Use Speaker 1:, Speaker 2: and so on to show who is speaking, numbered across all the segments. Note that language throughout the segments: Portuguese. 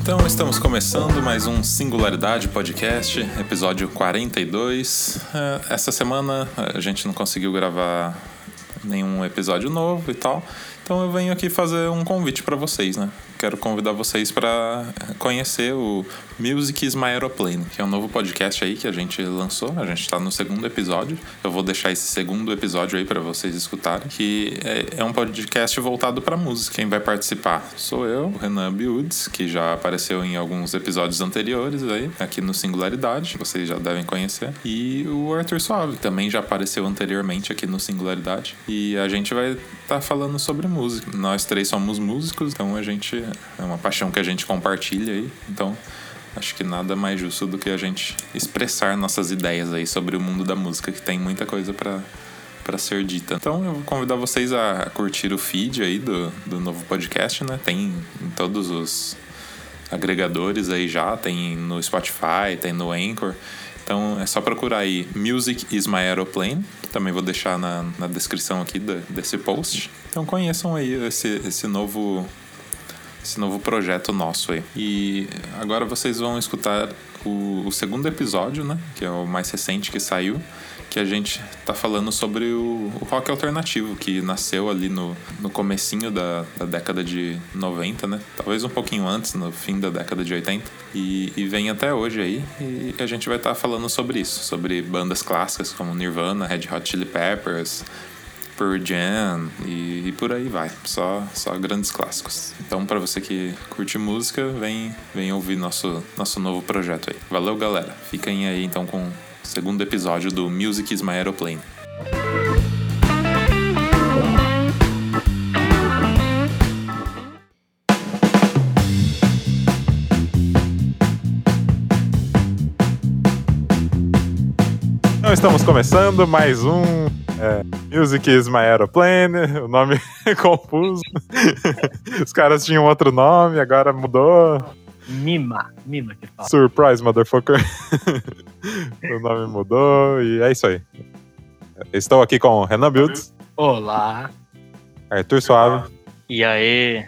Speaker 1: Então, Estamos começando mais um Singularidade Podcast, episódio 42. É, Essa semana é, a gente não conseguiu gravar nenhum episódio novo e tal, então eu venho aqui fazer um convite para vocês, né? Quero convidar vocês para conhecer o Music is My Aeroplane, que é um novo podcast aí que a gente lançou. A gente está no segundo episódio. Eu vou deixar esse segundo episódio aí para vocês escutarem, que é, é um podcast voltado para música. Quem vai participar sou eu, o Renan Biudes, que já apareceu em alguns episódios anteriores aí, aqui no Singularidade, vocês já devem conhecer. E o Arthur Suave, que também já apareceu anteriormente aqui no Singularidade. E a gente vai estar falando sobre música. Nós três somos músicos, então a gente. É uma paixão que a gente compartilha aí. Então. Acho que nada mais justo do que a gente expressar nossas ideias aí sobre o mundo da música, que tem muita coisa pra para ser dita. Então eu vou convidar vocês a curtir o feed aí do, do novo podcast, né? Tem em todos os agregadores aí já, tem no Spotify, tem no Anchor. Então é só procurar aí Music is my aeroplane. Também vou deixar na, na descrição aqui da- desse post. Então conheçam aí esse, esse novo esse novo projeto nosso aí. E agora vocês vão escutar o, o segundo episódio, né? Que é o mais recente que saiu, que a gente tá falando sobre o, o rock alternativo, que nasceu ali no, no comecinho da, da década de 90, né? Talvez um pouquinho antes, no fim da década de 80. E, e vem até hoje aí. E a gente vai estar falando sobre isso, sobre bandas clássicas como Nirvana, Red Hot Chili Peppers, Pearl Jam e, e por aí vai. Só, só grandes clássicos. Então, pra você que curte música, vem, vem ouvir nosso, nosso novo projeto aí. Valeu, galera. Fiquem aí então com o segundo episódio do Music is My Aeroplane.
Speaker 2: Então estamos começando mais um é, Music is my aeroplane, o nome é confuso. Os caras tinham outro nome, agora mudou.
Speaker 3: Mima. Mima que fala.
Speaker 2: Surprise, motherfucker. o nome mudou e é isso aí. Estou aqui com Renan Builds,
Speaker 3: Olá.
Speaker 2: Arthur Suave
Speaker 3: E aí?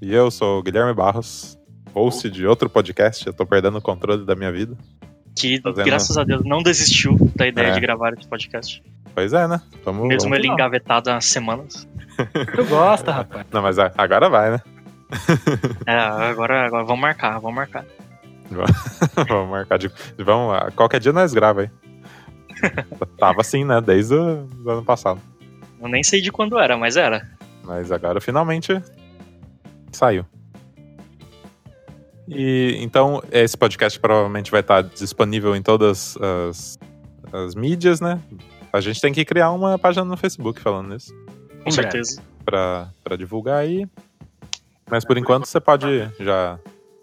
Speaker 2: e eu sou o Guilherme Barros, host de outro podcast. Eu tô perdendo o controle da minha vida.
Speaker 4: Que,
Speaker 2: Fazendo-
Speaker 4: graças a Deus, não desistiu da ideia
Speaker 2: É.
Speaker 4: de gravar esse podcast.
Speaker 2: Pois é, né? Tamo,
Speaker 4: Mesmo
Speaker 2: vamos-
Speaker 4: ele engavetado há semanas.
Speaker 3: Tu gosta, rapaz.
Speaker 2: Não, mas a- agora vai, né?
Speaker 4: É, agora, agora vamos marcar, vamos marcar.
Speaker 2: vamos marcar de. Vamos, ah, qualquer dia nós grava aí. Tava assim, né? Desde o do ano passado.
Speaker 4: Eu nem sei de quando era, mas era.
Speaker 2: Mas agora finalmente saiu. E então esse podcast provavelmente vai estar disponível em todas as, as mídias, né? A gente tem que criar uma página no Facebook falando nisso
Speaker 4: Com
Speaker 2: é.
Speaker 4: certeza.
Speaker 2: pra, pra divulgar aí. Mas por enquanto você pode já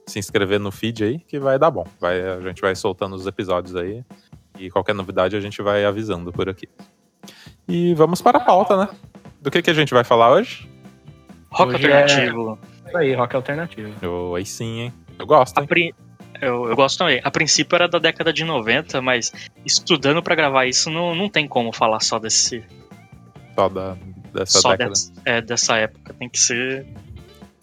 Speaker 2: se inscrever no feed aí, que vai dar bom. Vai, a gente vai soltando os episódios aí. E qualquer novidade a gente vai avisando por aqui. E vamos para a pauta, né? Do que, que a gente vai falar hoje?
Speaker 4: Rock
Speaker 3: Hoje
Speaker 2: é.
Speaker 4: alternativo.
Speaker 3: Isso aí, rock alternativo.
Speaker 2: Eu, aí sim, hein? Eu gosto,
Speaker 4: A
Speaker 2: hein?
Speaker 4: pri- eu, eu gosto também. A princípio era da década de 90, mas estudando pra gravar isso, não, não tem como falar só desse.
Speaker 2: Só da, dessa
Speaker 4: só
Speaker 2: década.
Speaker 4: dessa, é, dessa época. Tem que ser.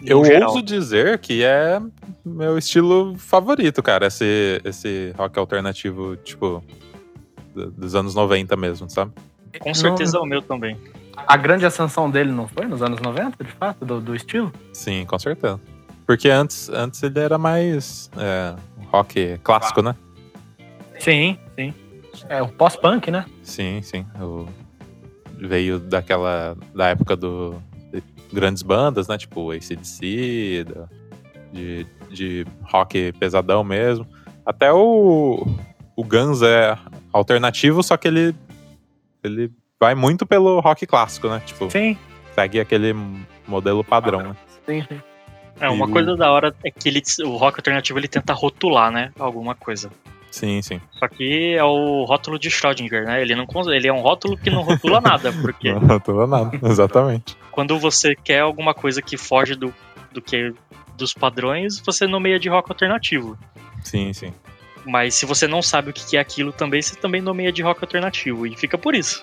Speaker 4: no
Speaker 2: Eu
Speaker 4: geral.
Speaker 2: ouso dizer que é meu estilo favorito, cara. Esse, esse rock alternativo, tipo, do- dos anos 90 mesmo, sabe?
Speaker 4: Com certeza é o meu também.
Speaker 3: A grande ascensão dele não foi nos anos 90, de fato, do, do estilo?
Speaker 2: Sim, com certeza. Porque antes, antes ele era mais é, rock clássico, né?
Speaker 3: Sim, sim. É o pós-punk, né?
Speaker 2: Sim, sim. O- Veio daquela. da época do. de grandes bandas, né? Tipo ACDC, da- de, de rock pesadão mesmo. Até o. O Guns é alternativo, só que ele. ele vai muito pelo rock clássico, né? Tipo,
Speaker 3: Sim.
Speaker 2: segue aquele modelo padrão, né?
Speaker 3: Sim, sim.
Speaker 4: É, uma
Speaker 2: E o-
Speaker 4: coisa da hora é que ele, o rock alternativo ele tenta rotular, né? Alguma coisa.
Speaker 2: Sim, sim.
Speaker 4: Só que é o rótulo de Schrödinger, né? Ele, não, cons- ele é um rótulo que não rotula nada, porque
Speaker 2: Não, tô nada. Exatamente.
Speaker 4: quando você quer alguma coisa que foge do, do que dos padrões, você nomeia de rock alternativo.
Speaker 2: Sim, sim.
Speaker 4: Mas se você não sabe o que que é aquilo também, você também nomeia de rock alternativo. E fica por isso.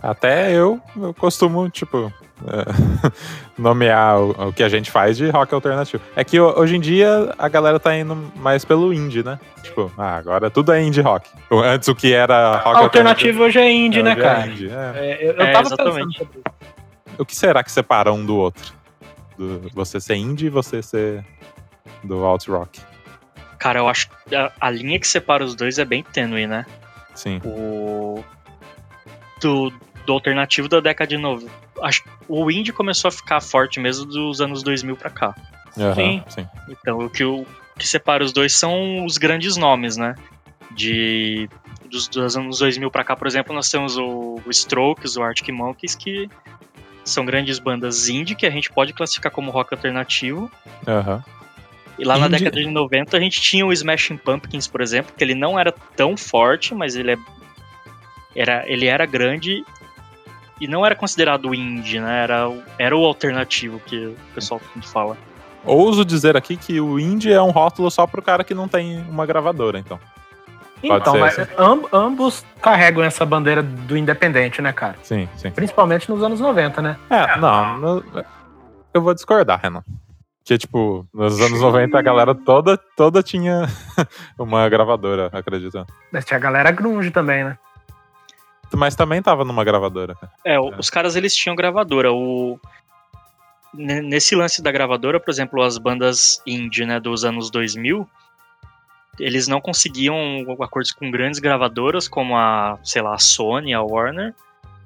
Speaker 2: Até eu, eu costumo, tipo, é, nomear o, o que a gente faz de rock alternativo. É que ho- hoje em dia a galera tá indo mais pelo indie, né? Tipo, ah, agora tudo é indie rock. O- Antes o que era rock alternativo.
Speaker 3: Alternativo hoje é indie, né,
Speaker 2: hoje é
Speaker 3: cara?
Speaker 2: indie, é.
Speaker 3: É, eu, eu
Speaker 4: É,
Speaker 3: tava pensando
Speaker 4: exatamente.
Speaker 3: sobre isso.
Speaker 2: O que será que separa um do outro? Do- você ser indie e você ser do alt rock.
Speaker 4: Cara, eu acho que a, a linha que separa os dois é bem tênue, né?
Speaker 2: Sim.
Speaker 4: O. Do, do alternativo da década de 90. Acho, o indie começou a ficar forte mesmo dos anos 2000 pra cá.
Speaker 2: Aham,
Speaker 3: Sim.
Speaker 2: sim.
Speaker 4: Então, o que, o que separa os dois são os grandes nomes, né? De, dos, dos anos 2000 pra cá, por exemplo, nós temos o, o Strokes, o Arctic Monkeys, que são grandes bandas indie que a gente pode classificar como rock alternativo.
Speaker 2: Aham.
Speaker 4: E lá na
Speaker 2: Indie-
Speaker 4: década de 90 a gente tinha o Smashing Pumpkins, por exemplo, que ele não era tão forte, mas ele é- era, ele era grande e não era considerado indie, né? Era, o- era o alternativo que o pessoal tanto fala.
Speaker 2: Ouso dizer aqui que o indie é um rótulo só pro cara que não tem uma gravadora, então. Pode
Speaker 3: Então,
Speaker 2: ser,
Speaker 3: mas
Speaker 2: sim.
Speaker 3: am- ambos carregam essa bandeira do independente, né, cara?
Speaker 2: Sim, sim.
Speaker 3: Principalmente nos anos 90, né?
Speaker 2: É, não, no- eu vou discordar, Renan. Que, tipo, nos anos 90 a galera toda, toda tinha uma gravadora, acredito.
Speaker 3: Mas tinha a galera grunge também, né?
Speaker 2: Mas também tava numa gravadora. cara.
Speaker 4: É, o- os caras eles tinham gravadora. O... ne- Nesse lance da gravadora, por exemplo, as bandas indie né, dos anos 2000, eles não conseguiam acordos com grandes gravadoras como a, sei lá, a Sony, a Warner.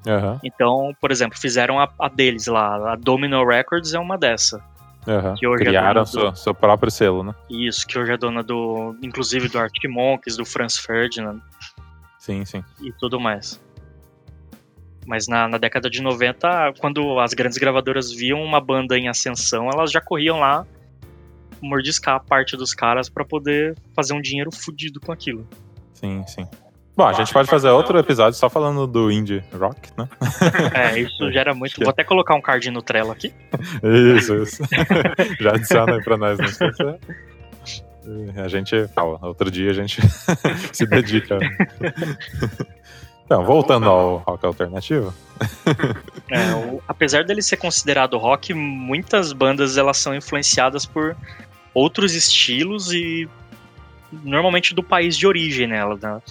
Speaker 2: Aham,
Speaker 4: Então, por exemplo, fizeram a, a deles lá, a Domino Records é uma dessa.
Speaker 2: aham.
Speaker 4: Que hoje é
Speaker 2: Criaram
Speaker 4: do-
Speaker 2: seu, seu próprio selo, né?
Speaker 4: Isso, que hoje é dona do, inclusive do Arctic Monkeys, do Franz Ferdinand
Speaker 2: Sim, sim.
Speaker 4: e tudo mais. Mas na, na década de 90, quando as grandes gravadoras viam uma banda em ascensão, elas já corriam lá mordiscar a parte dos caras pra poder fazer um dinheiro fudido com aquilo.
Speaker 2: Sim, sim. Bom, a gente pode fazer outro episódio só falando do indie rock, né?
Speaker 4: É, isso gera muito. Vou até colocar um card no Trello aqui.
Speaker 2: Isso, isso. Já adiciona aí pra nós, não esqueça. E A gente fala, outro dia a gente se dedica.
Speaker 4: Tá
Speaker 2: Então, voltando ao rock alternativo.
Speaker 4: É, o- apesar dele ser considerado rock, muitas bandas elas são influenciadas por outros estilos e normalmente do país de origem nela. né?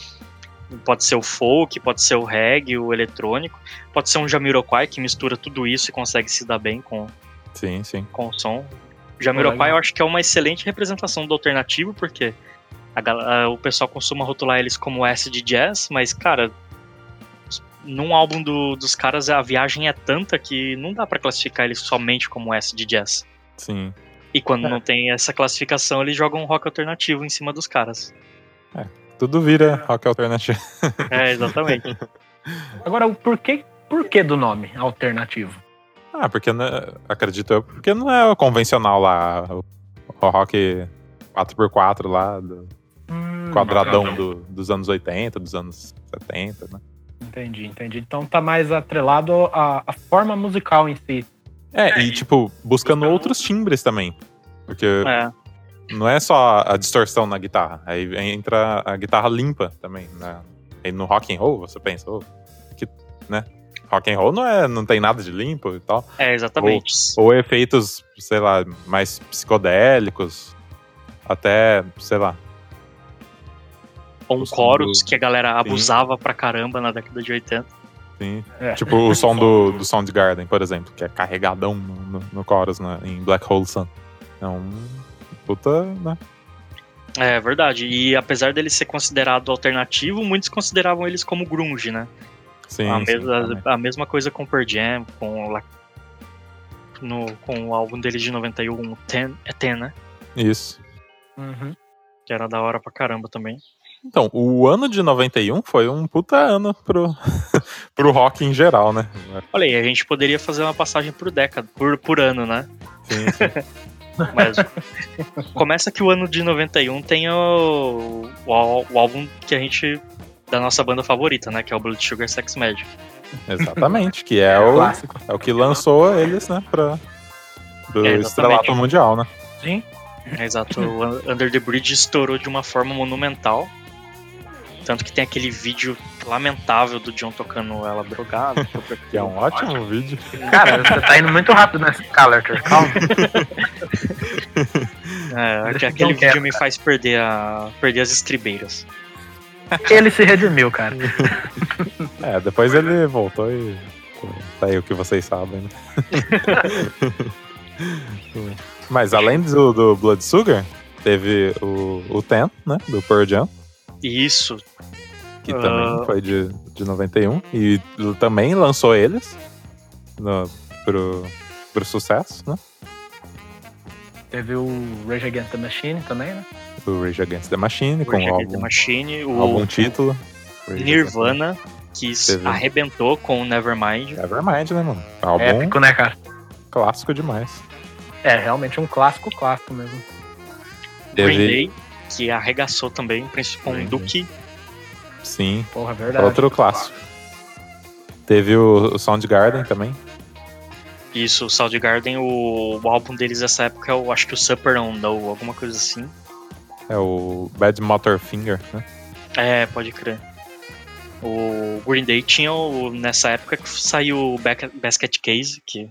Speaker 4: Pode ser o folk, pode ser o reggae, o eletrônico, pode ser um Jamiroquai que mistura tudo isso e consegue se dar bem com,
Speaker 2: Sim, sim.
Speaker 4: com o som. O Jamiroquai eu acho que é uma excelente representação do alternativo, porque a gal- a- o pessoal costuma rotular eles como acid jazz, mas, cara, num álbum do- dos caras a viagem é tanta que não dá pra classificar eles somente como acid jazz.
Speaker 2: Sim.
Speaker 4: E quando
Speaker 2: É.
Speaker 4: não tem essa classificação, eles jogam um rock alternativo em cima dos caras.
Speaker 2: Tudo vira rock alternativo.
Speaker 4: É, exatamente.
Speaker 3: Agora, o porquê, porquê do nome alternativo?
Speaker 2: Ah, porque não é- acredito eu, porque não é o convencional lá, o, o rock 4x4 lá, do
Speaker 3: Hum,
Speaker 2: quadradão do- dos anos 80, dos anos 70, né?
Speaker 3: Entendi, entendi. Então tá mais atrelado à, à forma musical em si.
Speaker 2: É, e tipo, buscando outros timbres também. Porque
Speaker 4: É.
Speaker 2: não é só a distorção na guitarra, aí entra a guitarra limpa também, né? Aí no rock and roll você pensa, oh, que, né? Rock and roll não é, não tem nada de limpo e tal,
Speaker 4: É, exatamente.
Speaker 2: ou efeitos, sei lá, mais psicodélicos, até, sei lá,
Speaker 4: Ou um
Speaker 2: o som
Speaker 4: chorus
Speaker 2: do-
Speaker 4: que a galera abusava pra caramba na década de 80.
Speaker 2: sim.
Speaker 3: É.
Speaker 2: tipo o som do, do Soundgarden, por exemplo, que é carregadão no, no, no chorus, né, em Black Hole Sun. É um puta, né?
Speaker 4: É verdade. E apesar dele ser considerado alternativo, muitos consideravam eles como grunge, né?
Speaker 2: Sim,
Speaker 4: a,
Speaker 2: sim,
Speaker 4: mesma,
Speaker 2: também.
Speaker 4: a mesma coisa com o Pearl Jam, com, o La- no, com o álbum deles de 91, o Ten, é Ten, né?
Speaker 2: Isso.
Speaker 3: Uhum.
Speaker 4: Que era da hora pra caramba também.
Speaker 2: Então, o ano de 91 foi um puta ano pro, pro rock em geral, né?
Speaker 4: Olha aí, a gente poderia fazer uma passagem por década, por, por ano, né?
Speaker 2: Sim, sim.
Speaker 4: Mas começa que o ano de 91 tem o, o, ál- o álbum que a gente. da nossa banda favorita, né? Que é o Blood Sugar Sex Magic.
Speaker 2: Exatamente, que é o,
Speaker 3: Clássico.
Speaker 2: é o que lançou eles, né, pra, pro
Speaker 4: É, exatamente.
Speaker 2: estrelato mundial, né?
Speaker 3: Sim.
Speaker 4: É, Exato, o Un- Under the Bridge estourou de uma forma monumental. Tanto que tem aquele vídeo lamentável do John tocando ela drogada.
Speaker 2: Que é um ótimo vídeo.
Speaker 3: Cara, você tá indo muito rápido nessa escala, Arthur. Calma.
Speaker 4: É,
Speaker 3: Deixa
Speaker 4: aquele
Speaker 3: eu ver,
Speaker 4: vídeo me faz perder, a, perder as estribeiras.
Speaker 3: Ele se redimiu, cara.
Speaker 2: É, depois ele voltou e. Tá aí o que vocês sabem, né? Mas além do, do Bloodsugar, teve o, o Ten, né? Do Pearl Jam,
Speaker 4: E isso,
Speaker 2: que
Speaker 4: Ah.
Speaker 2: também foi de, de 91. E também lançou eles no, pro, pro sucesso, né?
Speaker 3: Teve o Rage Against the Machine também, né?
Speaker 2: O Rage Against the Machine,
Speaker 4: o
Speaker 2: com
Speaker 4: Rage
Speaker 2: o
Speaker 4: Against the
Speaker 2: álbum,
Speaker 4: Machine,
Speaker 2: álbum
Speaker 4: o
Speaker 2: título. Rage
Speaker 4: Nirvana, que
Speaker 2: Teve.
Speaker 4: arrebentou com o Nevermind.
Speaker 2: Against the- Nevermind, né, mano?
Speaker 4: É.
Speaker 2: Álbum
Speaker 3: Épico, né, cara?
Speaker 2: clássico demais.
Speaker 3: É, realmente um clássico clássico mesmo.
Speaker 4: Green
Speaker 2: Teve-
Speaker 4: Day, que arregaçou também, com
Speaker 2: Green
Speaker 4: o Duke.
Speaker 2: Sim,
Speaker 3: Porra, é verdade.
Speaker 2: Outro clássico. Teve o o Soundgarden também.
Speaker 4: Isso, o Soundgarden, o, o álbum deles nessa época, eu acho que o Super Unknown, alguma coisa assim.
Speaker 2: É o Bad Motor Finger, né?
Speaker 4: É, pode crer. O Green Day tinha, o- nessa época, que saiu o Back- Basket Case, que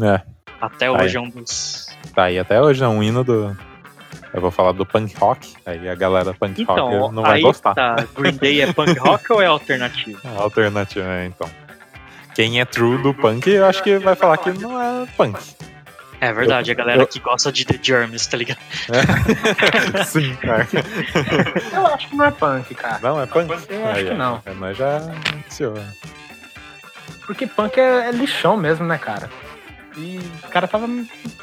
Speaker 2: É,
Speaker 4: até
Speaker 2: Ah,
Speaker 4: hoje é um dos
Speaker 2: tá aí até hoje, é um hino do. Eu vou falar do punk rock. Aí a galera punk
Speaker 4: Então,
Speaker 2: rock não vai
Speaker 4: aí
Speaker 2: gostar.
Speaker 4: tá, Green Day é punk rock ou é alternativo?
Speaker 2: É a Alternativa, é, então. Quem é true do punk, eu acho que vai falar que não é punk.
Speaker 4: É verdade, a galera
Speaker 2: eu-
Speaker 4: que gosta de The Germs, tá ligado?
Speaker 2: Sim, cara.
Speaker 3: Eu acho que não é punk, cara.
Speaker 2: Não é punk?
Speaker 3: Eu acho
Speaker 2: Aí,
Speaker 3: que
Speaker 2: ó,
Speaker 3: não.
Speaker 2: Nós já. iniciou.
Speaker 3: Porque punk é, é lixão mesmo, né, cara? E o cara tava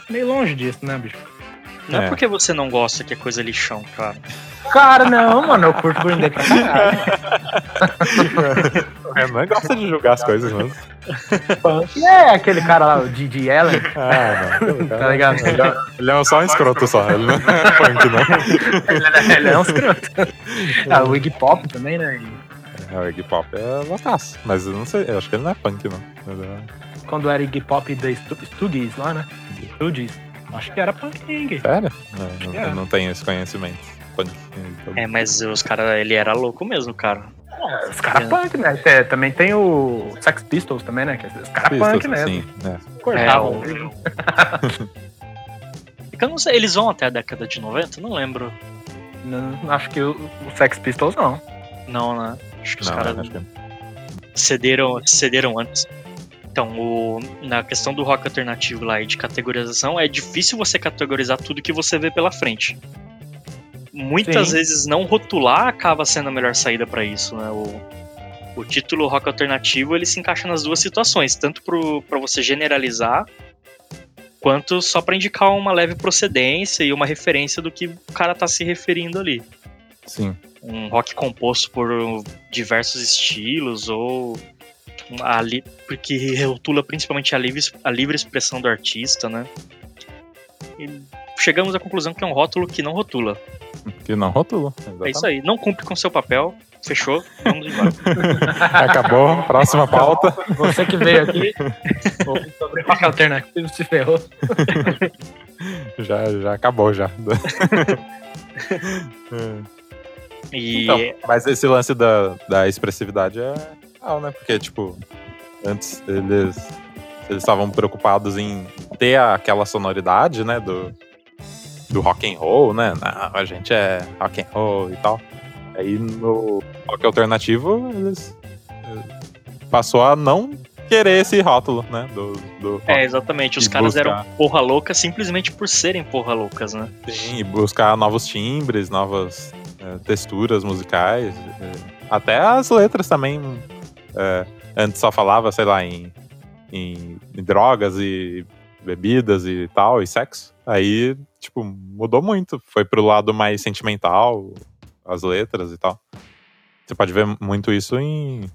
Speaker 3: meio longe disso, né, bicho?
Speaker 4: Não é.
Speaker 2: É.
Speaker 4: porque você não gosta que é coisa lixão, cara.
Speaker 3: Cara, não, mano, eu curto Green Day pra caralho.
Speaker 2: O Renan gosta de julgar as coisas mesmo.
Speaker 3: Punk é aquele cara lá, o Didi Allen,
Speaker 2: Ah, não.
Speaker 3: tá ligado? Ele é-
Speaker 2: Ele é só um escroto só. Ele não é punk, não.
Speaker 3: Ele é um escroto. Ah, o Iggy Pop também, né? E
Speaker 2: É, o Iggy Pop é loucaço, mas eu não sei, eu acho que ele não é punk, não. Ele é-
Speaker 3: Quando era Iggy Pop da Stu- Stooges lá, né? Stooges. Acho que era punk, Iggy.
Speaker 2: Sério? É, eu,
Speaker 3: É.
Speaker 2: eu não tenho esse conhecimento. Punk. então-
Speaker 4: É, mas os caras, ele era louco mesmo, cara.
Speaker 3: É, Os caras punk, né? Tem- Também tem o Sex Pistols também, né? Que Os caras
Speaker 2: Pistols,
Speaker 3: punk, né?
Speaker 2: Sim, né?
Speaker 3: Cortavam.
Speaker 4: É que eu não sei, eles vão até a década de 90? Não lembro.
Speaker 3: Não, acho que o, o Sex Pistols não.
Speaker 4: Não, né? Acho que os
Speaker 2: Não,
Speaker 4: caras
Speaker 2: acho que não.
Speaker 4: cederam, cederam antes. Então, o- na questão do rock alternativo lá e de categorização, é difícil você categorizar tudo que você vê pela frente. Muitas
Speaker 3: Sim.
Speaker 4: vezes não rotular acaba sendo a melhor saída pra isso, né? O, o título rock alternativo ele se encaixa nas duas situações, tanto pro- pra você generalizar, quanto só pra indicar uma leve procedência e uma referência do que o cara tá se referindo ali
Speaker 2: Sim.
Speaker 4: um rock composto por uh, diversos estilos ou a li- porque rotula principalmente a livre, a livre expressão do artista, né? E chegamos à conclusão que é um rótulo que não rotula.
Speaker 2: Que não rotulou.
Speaker 4: É isso aí, não cumpre com seu papel. Fechou, vamos embora.
Speaker 2: Acabou, próxima pauta.
Speaker 3: Você que veio aqui, ouve sobre rock alternativo é se ferrou.
Speaker 2: Já, já acabou, já.
Speaker 4: E
Speaker 2: Então, mas esse lance da, da expressividade é real, né? Porque, tipo, antes eles eles estavam preocupados em ter aquela sonoridade, né? Do, do rock and roll, né? Não, a gente é rock and roll e tal. Aí no rock alternativo eles eh, passou a não querer esse rótulo, né? Do, do
Speaker 4: é exatamente, os
Speaker 2: E
Speaker 4: caras
Speaker 2: buscar.
Speaker 4: eram porra louca simplesmente por serem porra loucas, né?
Speaker 2: Sim, e buscar novos timbres, novas eh, texturas musicais. eh, até as letras também. eh, antes só falava, sei lá, em, em- em drogas e bebidas e tal, e sexo. Aí, tipo, mudou muito. Foi pro lado mais sentimental, as letras e tal. Você pode ver muito isso em,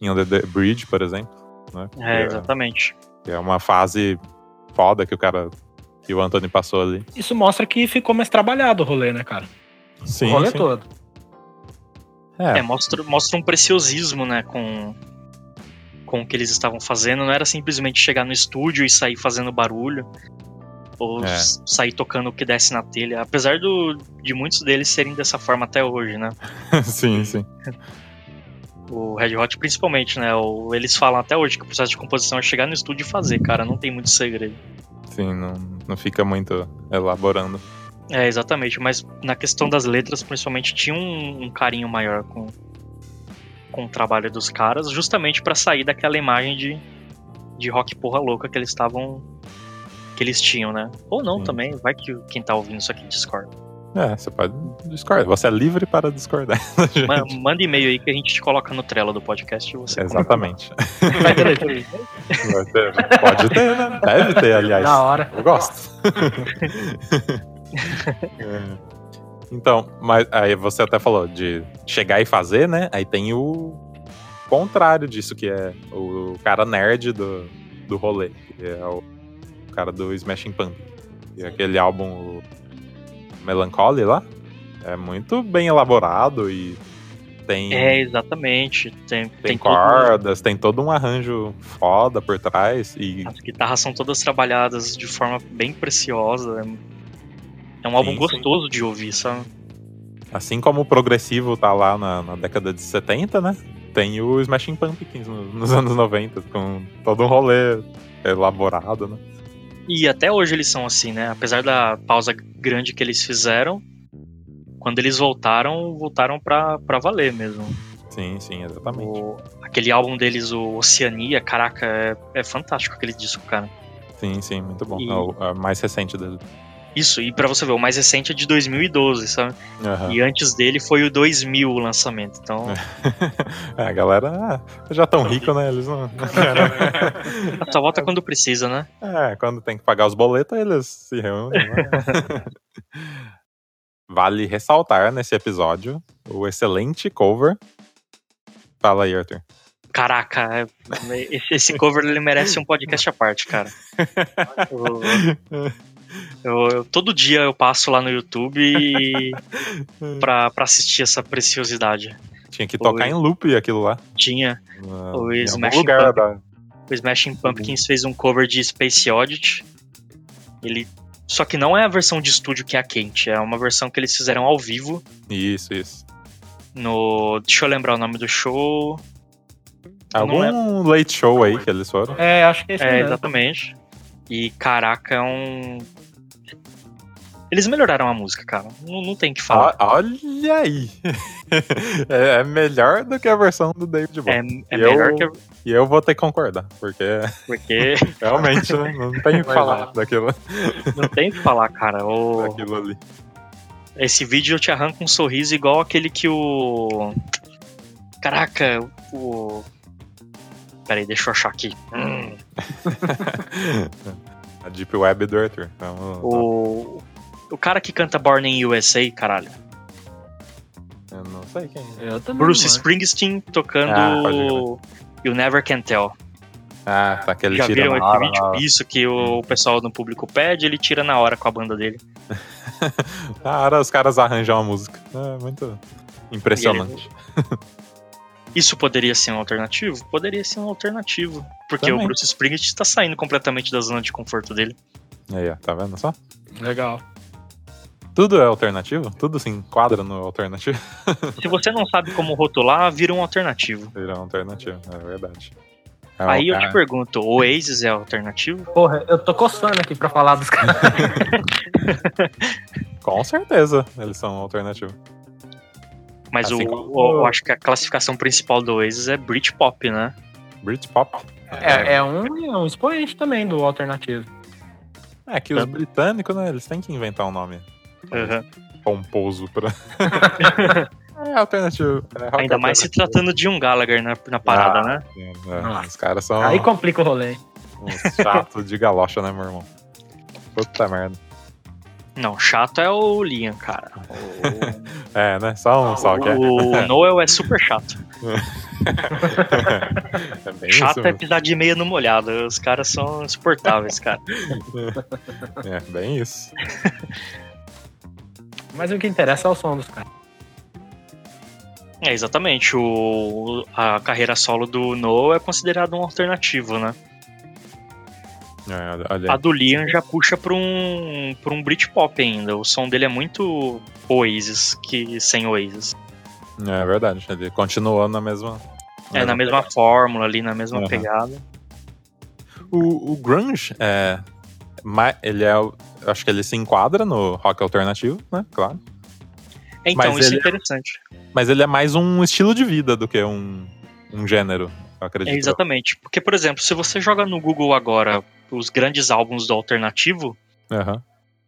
Speaker 2: em Under the Bridge, por exemplo. Né? Que
Speaker 4: É, exatamente.
Speaker 2: que é uma fase foda que o cara. que o Anthony passou ali.
Speaker 3: Isso mostra que ficou mais trabalhado o rolê, né, cara?
Speaker 2: Sim.
Speaker 3: o rolê
Speaker 2: sim.
Speaker 3: todo.
Speaker 2: É.
Speaker 4: É, mostra, mostra um preciosismo, né, com, com o que eles estavam fazendo. Não era simplesmente chegar no estúdio e sair fazendo barulho. Ou
Speaker 2: É.
Speaker 4: s- sair tocando o que desce na telha. Apesar do, de muitos deles serem dessa forma até hoje, né?
Speaker 2: sim, sim.
Speaker 4: O Red Hot principalmente, né? O- eles falam até hoje que o processo de composição é chegar no estúdio e fazer, cara. Não tem muito segredo.
Speaker 2: Sim, não, não fica muito elaborando.
Speaker 4: É, exatamente. Mas na questão das letras, principalmente, tinha um, um carinho maior com, com o trabalho dos caras, justamente pra sair daquela imagem de, de rock porra louca que eles estavam. que eles tinham, né? Ou não
Speaker 2: Sim.
Speaker 4: também, vai que quem tá ouvindo isso aqui discorda.
Speaker 2: É, você pode discordar. Você é livre para discordar. da gente.
Speaker 4: Ma- manda e-mail aí que a gente te coloca no trela do podcast e você
Speaker 2: Exatamente.
Speaker 3: Vai ter né? leitura.
Speaker 2: Vai ter- Pode ter, né? Deve ter, aliás.
Speaker 3: Da hora.
Speaker 2: Eu gosto. É. Então, mas aí você até falou de chegar e fazer, né? Aí tem o contrário disso, que é o cara nerd do, do rolê, que é o cara do Smashing Pumpkins. E aquele álbum o Melancholy lá é muito bem elaborado e tem,
Speaker 4: É, exatamente. Tem, tem,
Speaker 2: tem
Speaker 4: todo- um
Speaker 2: cordas, tem todo um arranjo foda por trás e
Speaker 4: As guitarras são todas trabalhadas de forma bem preciosa. É um álbum
Speaker 2: sim.
Speaker 4: gostoso de ouvir, sabe?
Speaker 2: Assim como o progressivo tá lá na, na década de 70, né? Tem o Smashing Pumpkins no- nos anos 90, com todo um rolê elaborado, né?
Speaker 4: E até hoje eles são assim, né? Apesar da pausa grande que eles fizeram, quando eles voltaram, voltaram pra, pra valer mesmo.
Speaker 2: Sim, sim, exatamente.
Speaker 4: O- aquele álbum deles, o Oceania, caraca, é, é fantástico aquele disco, cara.
Speaker 2: Sim, sim, muito bom.
Speaker 4: E-
Speaker 2: É o é o mais recente dele.
Speaker 4: Isso, e pra você ver, o mais recente é de 2012, sabe?
Speaker 2: Aham.
Speaker 4: E antes dele foi o 2000 o lançamento, então...
Speaker 2: É, a galera ah, já tão rico, né? Eles não.
Speaker 4: Só volta quando precisa, né?
Speaker 2: É, quando tem que pagar os boletos, eles se reúnem. né? vale ressaltar nesse episódio o excelente cover. Fala aí, Arthur.
Speaker 4: Caraca, é- esse, esse cover ele merece um podcast à parte, cara. Eu- eu- eu- todo dia eu passo lá no YouTube e- pra, pra assistir essa preciosidade.
Speaker 2: Tinha que
Speaker 4: Foi.
Speaker 2: tocar em loop aquilo lá.
Speaker 4: Tinha
Speaker 2: Na-
Speaker 4: O
Speaker 2: em
Speaker 4: Smashing
Speaker 2: algum lugar da,
Speaker 4: o Smashing Pumpkins fez um cover de Space Oddity. Ele só que não é a versão de estúdio que é a quente, é uma versão que eles fizeram ao vivo
Speaker 2: Isso, isso.
Speaker 4: no, deixa eu lembrar o nome do show.
Speaker 2: Algum
Speaker 4: lembro.
Speaker 2: late show aí que eles foram.
Speaker 3: É, acho que é isso
Speaker 4: É,
Speaker 3: mesmo.
Speaker 4: exatamente. E caraca, é um. Eles melhoraram a música, cara. Não, não tem o que falar.
Speaker 2: Ó- Olha aí! é, é melhor do que a versão do David Bowie.
Speaker 4: é é
Speaker 2: Ah, eu-
Speaker 4: melhor que.
Speaker 2: E eu vou ter que concordar, porque
Speaker 4: Porque
Speaker 2: realmente né, não tem o que
Speaker 3: Vai
Speaker 2: falar
Speaker 3: lá.
Speaker 2: daquilo,
Speaker 4: não tem o que falar, cara. O-
Speaker 2: daquilo ali.
Speaker 4: esse vídeo eu te arranco um sorriso igual aquele que o. Caraca, o. Peraí, deixa eu achar aqui. Hum,
Speaker 2: Tá, A Deep Web do Arthur. Vamos-
Speaker 4: o. O cara que canta Born in USA, caralho.
Speaker 2: Eu não sei quem. é.
Speaker 3: Eu também.
Speaker 4: Bruce
Speaker 3: mano.
Speaker 4: Springsteen
Speaker 2: Ah, pode
Speaker 4: tocando. You Never Can Tell.
Speaker 2: Ah, tá, aquele
Speaker 4: Já
Speaker 2: tira
Speaker 4: viram
Speaker 2: na
Speaker 4: esse
Speaker 2: hora,
Speaker 4: vídeo?
Speaker 2: na hora.
Speaker 4: Isso que o pessoal no público pede, ele tira na hora com a banda dele.
Speaker 2: Na hora os caras arranjam a música. É muito impressionante.
Speaker 4: Isso poderia ser um alternativo? Poderia ser um alternativo. Porque
Speaker 2: Também.
Speaker 4: o Bruce Springsteen está saindo completamente da zona de conforto dele.
Speaker 2: Aí, ó, tá vendo só?
Speaker 3: Legal.
Speaker 2: Tudo é alternativo? Tudo se enquadra no alternativo?
Speaker 4: Se você não sabe como rotular, vira um alternativo.
Speaker 2: Virar uma alternativa, é verdade. É,
Speaker 4: Aí eu
Speaker 2: é,
Speaker 4: te pergunto, o Oasis é alternativo?
Speaker 3: Porra, eu tô coçando aqui pra falar dos caras.
Speaker 2: é, Com certeza eles são um alternativa.
Speaker 4: Mas
Speaker 2: Assim
Speaker 4: o,
Speaker 2: como-
Speaker 4: o- eu acho que a classificação principal do Oasis é Britpop, né?
Speaker 2: Britpop.
Speaker 3: É, é um, é um expoente também do alternativo.
Speaker 2: É que os britânicos, né, eles têm que inventar um nome
Speaker 4: Uhum.
Speaker 2: é pomposo pra. é alternativo. é rock
Speaker 4: Ainda mais se
Speaker 2: alternativo.
Speaker 4: tratando de um Gallagher na, na parada, né?
Speaker 2: É, os caras são
Speaker 3: Aí complica o rolê.
Speaker 2: uns chatos de galocha, né, meu irmão? Puta merda.
Speaker 4: Não, chato é o Liam, cara.
Speaker 2: É, né? Só um só que é.
Speaker 4: O Noel é super chato.
Speaker 2: É bem isso.
Speaker 4: Chato é
Speaker 2: mesmo.
Speaker 4: pisar de meia no molhado. Os caras são insuportáveis, cara.
Speaker 2: É, bem isso.
Speaker 3: Mas o que interessa é o som dos caras.
Speaker 4: É, exatamente. O, a carreira solo do Noel é considerada um alternativo, né?
Speaker 2: É, olha
Speaker 4: A
Speaker 2: aí.
Speaker 4: do Liam já puxa pra um, pra um Britpop ainda. O som dele é muito Oasis que sem Oasis.
Speaker 2: É verdade, ele continuou na mesma.
Speaker 4: É na mesma fórmula ali, na mesma
Speaker 2: Aham.
Speaker 4: pegada.
Speaker 2: O, o grunge é, ma- ele é, o- eu acho que ele se enquadra no rock alternativo, né? Claro.
Speaker 4: É, Então,
Speaker 2: Mas
Speaker 4: isso
Speaker 2: ele-
Speaker 4: é interessante.
Speaker 2: Mas ele é mais um estilo de vida do que um, um gênero, eu acredito.
Speaker 4: É, exatamente. Porque, por exemplo, se você joga no Google agora os grandes álbuns do alternativo,
Speaker 2: Aham.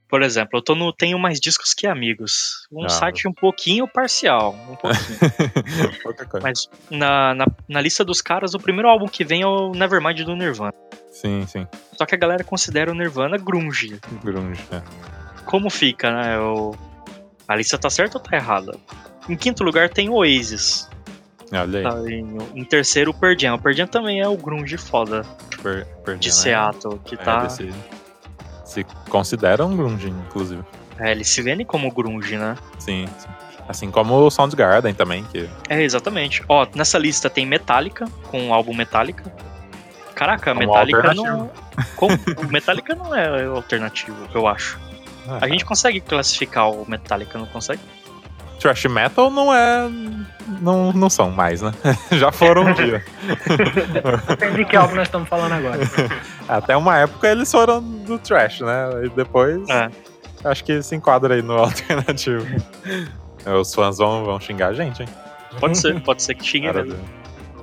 Speaker 4: por exemplo, eu tô no Tenho Mais Discos Que Amigos. Um
Speaker 2: Ah.
Speaker 4: site um pouquinho parcial. Um pouquinho.
Speaker 2: Pouca coisa.
Speaker 4: Mas na, na, na lista dos caras, o primeiro álbum que vem é o Nevermind do Nirvana.
Speaker 2: Sim, sim.
Speaker 4: Só que a galera considera o Nirvana grunge.
Speaker 2: Grunge. É.
Speaker 4: Como fica, né? O- A lista tá certa ou tá errada? Em quinto lugar tem o Oasis.
Speaker 2: Ah, Olha aí,
Speaker 4: tá? Em, em terceiro, o Pearl Jam. O Pearl Jam também é o grunge foda
Speaker 2: per, perdendo,
Speaker 4: de
Speaker 2: né?
Speaker 4: Seattle, que
Speaker 2: É,
Speaker 4: tá...
Speaker 2: desse- se considera um grunge, inclusive.
Speaker 4: É, eles se vendem como grunge, né?
Speaker 2: Sim, sim. Assim como o Soundgarden também, que
Speaker 4: É, exatamente. Ó, nessa lista tem Metallica, com o álbum Metallica. Caraca,
Speaker 2: um
Speaker 4: Metallica não. Como? O Metallica não é alternativo, eu acho.
Speaker 2: ah,
Speaker 4: A gente consegue classificar o Metallica, não consegue?
Speaker 2: Trash metal não é. Não, não são mais, né? Já foram um dia.
Speaker 3: Depende de que álbum nós estamos falando agora.
Speaker 2: Até uma época eles foram do trash, né? E depois.
Speaker 4: É.
Speaker 2: Acho que se enquadra aí no alternativo. Os fãs vão, vão xingar a gente, hein?
Speaker 4: Pode ser, pode ser que xingue
Speaker 2: Cara
Speaker 4: mesmo.
Speaker 2: do,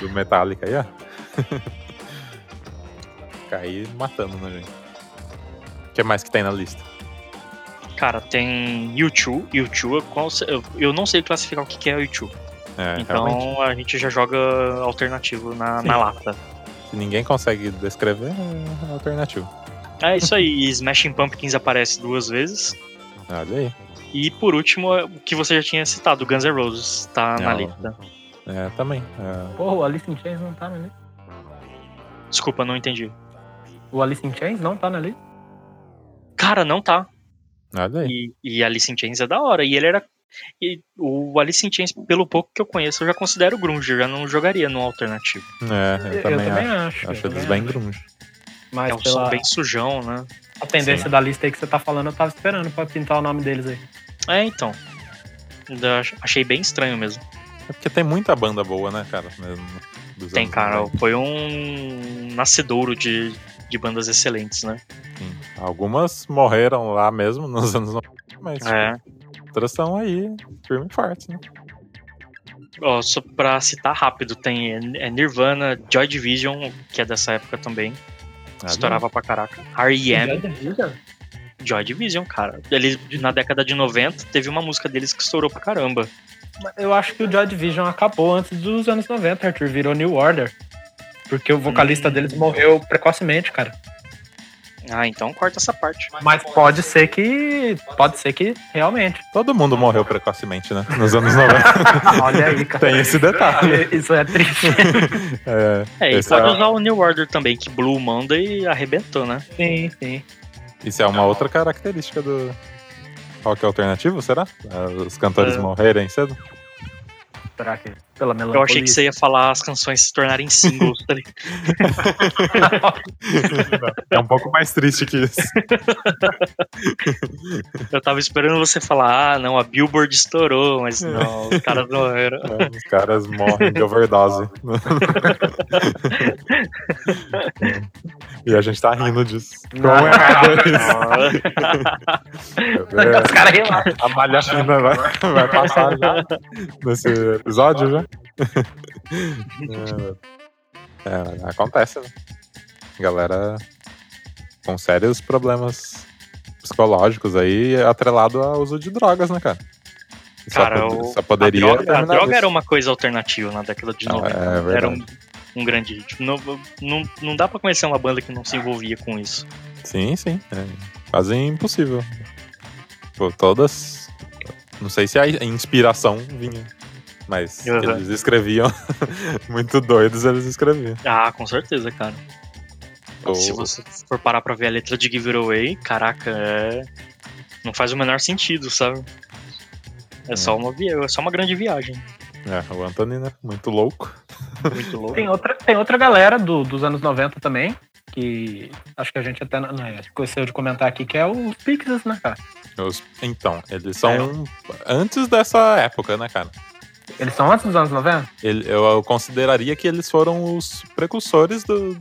Speaker 2: do Metallica aí, ó. Cair matando, né, gente? O que mais que tem na lista?
Speaker 4: Cara, tem YouTube. YouTube, eu não sei classificar o que que é YouTube.
Speaker 2: É,
Speaker 4: então
Speaker 2: realmente.
Speaker 4: a gente já joga alternativo na, na
Speaker 2: Sim.
Speaker 4: lata.
Speaker 2: Se ninguém consegue descrever, é alternativo.
Speaker 4: É isso aí. Smashing Pumpkins aparece duas vezes.
Speaker 2: Olha aí.
Speaker 4: E por último, é o que você já tinha citado, Guns N' Roses tá na
Speaker 2: Não.
Speaker 4: lista.
Speaker 2: É, também. É,
Speaker 3: Porra, o Alice in Chains não tá na lista.
Speaker 4: Desculpa, não entendi.
Speaker 3: O Alice in Chains não tá na lista.
Speaker 4: Cara, não tá.
Speaker 2: olha
Speaker 3: É.
Speaker 2: aí.
Speaker 4: E, e Alice in Chains é da hora. E ele era. E o Alice in Chains, pelo pouco que eu conheço, eu já considero grunge. Eu já não jogaria no alternativo.
Speaker 2: É, eu, também acho.
Speaker 3: acho.
Speaker 2: Acho é.
Speaker 3: eu
Speaker 2: eles
Speaker 3: também
Speaker 2: bem grunge.
Speaker 3: acho.
Speaker 4: É
Speaker 3: Mas
Speaker 4: um som
Speaker 3: pela
Speaker 4: bem sujão, né?
Speaker 3: a tendência
Speaker 2: Sim.
Speaker 3: da lista aí que você tá falando, eu tava esperando pra pintar o nome deles aí.
Speaker 4: É, então. Eu ach- Achei bem estranho mesmo.
Speaker 2: É porque tem muita banda boa, né, cara? Mesmo dos
Speaker 4: Tem,
Speaker 2: anos
Speaker 4: cara.
Speaker 2: 90.
Speaker 4: Foi um nascedouro de, de bandas excelentes, né?
Speaker 2: Sim. Algumas morreram lá mesmo nos anos 90, mas tipo,
Speaker 4: É.
Speaker 2: outras estão aí, firme e forte, né?
Speaker 4: Ó, só pra citar rápido, tem é, Nirvana, Joy Division, que é dessa época também.
Speaker 3: Ah,
Speaker 2: Olha
Speaker 4: Estourava pra caraca. R.E.M.
Speaker 3: É.
Speaker 4: Joy Division, cara. Eles, na década de 90, teve uma música deles que estourou pra caramba.
Speaker 3: Eu acho que o Joy Division acabou antes dos anos 90, Arthur. Virou New Order. Porque o vocalista
Speaker 4: Hum.
Speaker 3: deles morreu precocemente, cara.
Speaker 4: Ah, então corta essa parte.
Speaker 3: Mas pode ser que. Pode ser que realmente.
Speaker 2: aí. Todo mundo morreu precocemente, né? Nos anos 90.
Speaker 3: Olha aí, cara.
Speaker 2: tem esse detalhe.
Speaker 3: Isso é triste.
Speaker 2: É,
Speaker 4: É, e
Speaker 2: Esse
Speaker 4: pode
Speaker 2: é-
Speaker 4: usar o New Order também, que Blue Monday arrebentou, né?
Speaker 3: Sim, sim.
Speaker 2: isso é uma outra característica do rock alternativo, será? Ah, Os cantores
Speaker 4: É.
Speaker 2: morrerem cedo?
Speaker 3: Será que pela melancolia?
Speaker 4: Eu achei que você ia falar as canções se tornarem singles. tá ligado?
Speaker 2: É um pouco mais triste que isso.
Speaker 4: Eu tava esperando você falar, ah, não, a Billboard estourou, mas não, os caras não eram.
Speaker 2: É, Os caras morrem de overdose. e a gente tá rindo disso. Como é É. errado isso? Quer ver?
Speaker 3: Os caras relaxam.
Speaker 2: A malha fina vai, vai passar já nesse episódio né? já. É, acontece, né? Galera com sérios problemas psicológicos aí, atrelado ao uso de drogas, né, cara? Só
Speaker 4: Cara,
Speaker 2: pod-
Speaker 4: o-
Speaker 2: só poderia
Speaker 4: a droga, a
Speaker 2: terminar
Speaker 4: droga
Speaker 2: isso.
Speaker 4: era um uma coisa alternativa na década de
Speaker 2: Ah,
Speaker 4: 90.
Speaker 2: é verdade.
Speaker 4: era um, um grande hit. Não, não, não dá pra conhecer uma banda que não se envolvia com isso.
Speaker 2: Sim, sim. É quase impossível. Pô, todas. Não sei se a inspiração vinha. Mas que
Speaker 4: Aham.
Speaker 2: eles escreviam. muito doidos eles escreviam.
Speaker 4: Ah, com certeza, cara.
Speaker 2: O-
Speaker 4: Se você for parar pra ver a letra de Give It Away, caraca, é... não faz o menor sentido, sabe? É, só, uma vi... é só uma grande viagem.
Speaker 2: é, o Anthony, né? Muito louco.
Speaker 4: Muito louco.
Speaker 3: Tem outra, tem outra galera do- dos anos 90 também, que acho que a gente até não- não esqueceu de comentar aqui, que é os Pixies, né, cara?
Speaker 2: Os- então, eles são antes dessa época, né, cara?
Speaker 3: Eles são antes dos anos 90?
Speaker 2: Ele- eu, eu consideraria que eles foram os precursores do,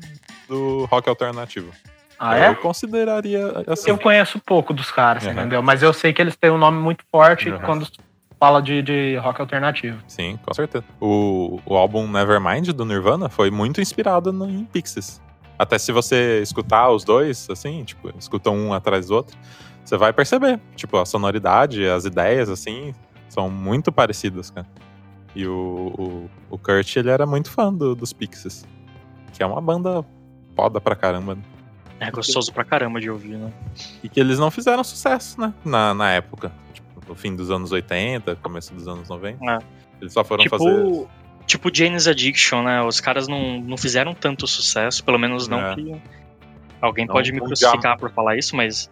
Speaker 2: do rock alternativo.
Speaker 3: Ah,
Speaker 2: eu
Speaker 3: é?
Speaker 2: consideraria assim.
Speaker 3: Eu conheço pouco dos caras,
Speaker 2: Uhum.
Speaker 3: entendeu? Mas eu sei que eles têm um nome muito forte
Speaker 2: Uhum.
Speaker 3: quando fala de, de rock alternativo.
Speaker 2: Sim, com certeza. O, o álbum Nevermind do Nirvana foi muito inspirado no, em Pixies. Até se você escutar os dois, assim, tipo, escuta um atrás do outro, você vai perceber. Tipo, a sonoridade, as ideias, assim, são muito parecidas, cara. E o, o, o Kurt, ele era muito fã do- dos Pixies. Que é uma banda foda pra caramba. né?
Speaker 4: É gostoso pra caramba de ouvir, né?
Speaker 2: E que eles não fizeram sucesso, né? Na, na época. Tipo, no fim dos anos 80, começo dos anos 90.
Speaker 4: É.
Speaker 2: Eles só foram
Speaker 4: tipo,
Speaker 2: fazer.
Speaker 4: tipo Jane's Addiction, né? Os caras não, não fizeram tanto sucesso, pelo menos não
Speaker 2: É.
Speaker 4: que. Alguém
Speaker 2: Não
Speaker 4: pode me
Speaker 2: mundial.
Speaker 4: crucificar por falar isso, mas.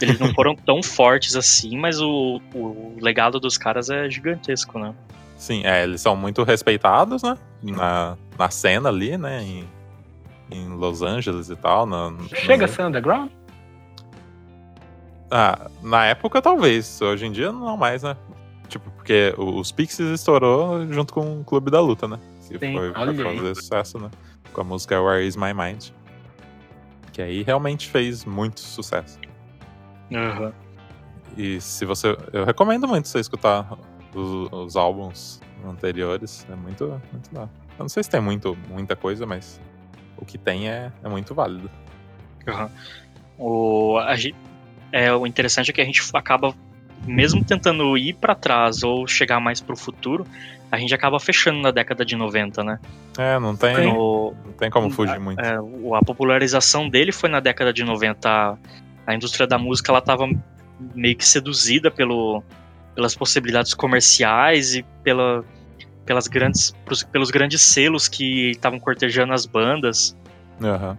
Speaker 4: Eles não foram tão fortes assim, mas o, o legado dos caras é gigantesco, né?
Speaker 2: Sim, é, eles são muito respeitados, né? Na, na cena ali, né? Em, em Los Angeles e tal. Na,
Speaker 3: Chega a
Speaker 2: na,
Speaker 3: ser underground?
Speaker 2: ah, na época, talvez. Hoje em dia, não mais, né? Tipo, porque o- os Pixies estourou junto com o Clube da Luta, né? Que
Speaker 3: Sim,
Speaker 2: foi pra
Speaker 3: olha aí.
Speaker 2: fazer sucesso, né? Com a música Where Is My Mind. Que aí realmente fez muito sucesso. E se você. Eu recomendo muito você escutar os, os álbuns anteriores. É muito, muito da. Eu não sei se tem muito, muita coisa, mas o que tem é, é muito válido.
Speaker 4: O, a gente, é, o interessante é que a gente acaba, mesmo tentando ir pra trás ou chegar mais pro futuro, a gente acaba fechando na década de 90, né?
Speaker 2: É, não tem,
Speaker 4: O-
Speaker 2: não tem como fugir muito.
Speaker 4: É, o- a popularização dele foi na década de 90. A, a indústria da música ela tava meio que seduzida pelo, pelas possibilidades comerciais e pela, pelas grandes, pros- pelos grandes selos que estavam cortejando as bandas.
Speaker 2: Aham.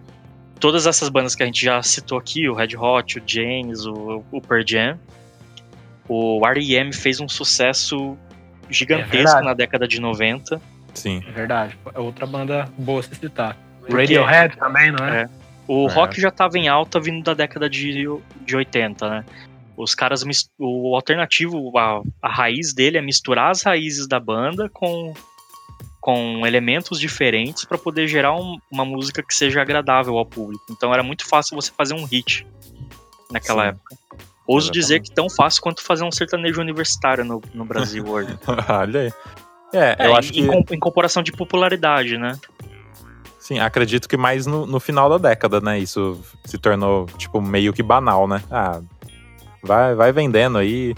Speaker 4: Todas essas bandas que a gente já citou aqui, o Red Hot, o James, o, o Pearl Jam, o R.E.M. fez um sucesso gigantesco
Speaker 3: verdade.
Speaker 4: na década de 90.
Speaker 2: Sim.
Speaker 3: É verdade. É outra banda boa se citar. Radiohead também, não é?
Speaker 4: É. O
Speaker 2: É.
Speaker 4: rock já tava em alta vindo da década de, de 80, né? Os caras, mis- o alternativo, a, a raiz dele é misturar as raízes da banda com, com elementos diferentes pra poder gerar um- uma música que seja agradável ao público. Então era muito fácil você fazer um hit naquela
Speaker 2: Sim.
Speaker 4: época. Ouso
Speaker 2: Exatamente.
Speaker 4: dizer que tão fácil quanto fazer um sertanejo universitário no, no Brasil hoje.
Speaker 2: Olha aí. É,
Speaker 4: É,
Speaker 2: eu
Speaker 4: em-
Speaker 2: acho
Speaker 4: em,
Speaker 2: que.
Speaker 4: com- em comparação de popularidade, né?
Speaker 2: Sim, assim, acredito que mais no, no final da década, né? Isso se tornou, tipo, meio que banal, né? Ah, vai, vai vendendo aí.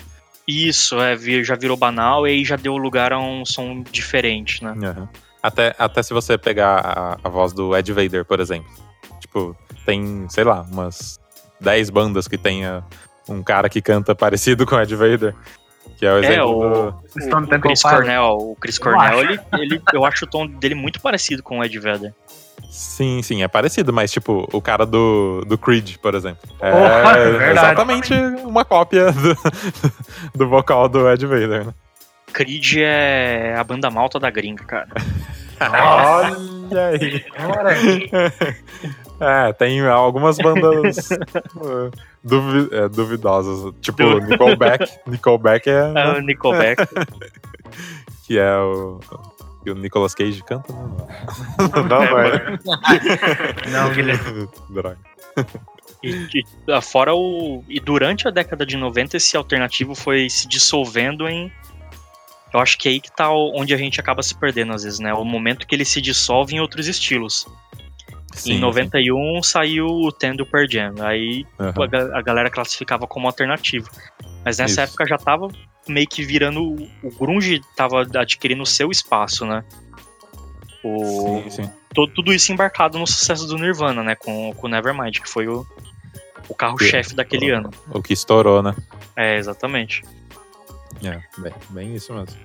Speaker 4: Isso, é, vi- já virou banal e aí já deu lugar a um som diferente, né?
Speaker 2: Aham. Até, até se você pegar a, a voz do Ed Vader, por exemplo. Tipo, tem, sei lá, umas 10 bandas que tenha um cara que canta parecido com o Ed Vader. Que é o exemplo
Speaker 4: o-
Speaker 2: do.
Speaker 3: Vocês estão
Speaker 4: O,
Speaker 3: tentando
Speaker 4: Chris
Speaker 3: comparar.
Speaker 4: Cornell, o Chris
Speaker 3: Eu
Speaker 4: Cornell, ele, ele- eu acho o tom dele muito parecido com o Ed Vedder.
Speaker 2: Sim, sim, é parecido, mas tipo, o cara do, do Creed, por exemplo. É,
Speaker 3: Porra, é verdade.
Speaker 2: exatamente uma cópia do, do vocal do Ed Vader, né?
Speaker 4: Creed é a banda malta da gringa, cara.
Speaker 2: Olha aí.
Speaker 3: Cara,
Speaker 2: É, tem algumas bandas eh, duvi- eh, duvidosas. Tipo,
Speaker 4: Du-
Speaker 2: Nickelback. Nickelback é.
Speaker 4: É o Nickelback.
Speaker 2: Que é o. Que o Nicolas Cage canta, né? Não, não é.
Speaker 3: Não, Guilherme.
Speaker 2: Droga.
Speaker 4: E, e, ah, fora o, e durante a década de 90, esse alternativo foi se dissolvendo em. Eu acho que é aí que tá o- onde a gente acaba se perdendo às vezes, né? O momento que ele se dissolve em outros estilos. em 91 saiu o Tendo Per Jam. Aí a
Speaker 2: aham.
Speaker 4: ga- a galera classificava como alternativo. Mas nessa
Speaker 2: Isso.
Speaker 4: época já tava meio que virando. o- O Grunge tava adquirindo o seu espaço, né? O,
Speaker 2: Sim, sim.
Speaker 4: to- tudo isso embarcado no sucesso do Nirvana, né? Com o Nevermind, que foi o, o carro-chefe daquele ano.
Speaker 2: O que estourou, né?
Speaker 4: É, exatamente.
Speaker 2: É, bem, bem isso mesmo.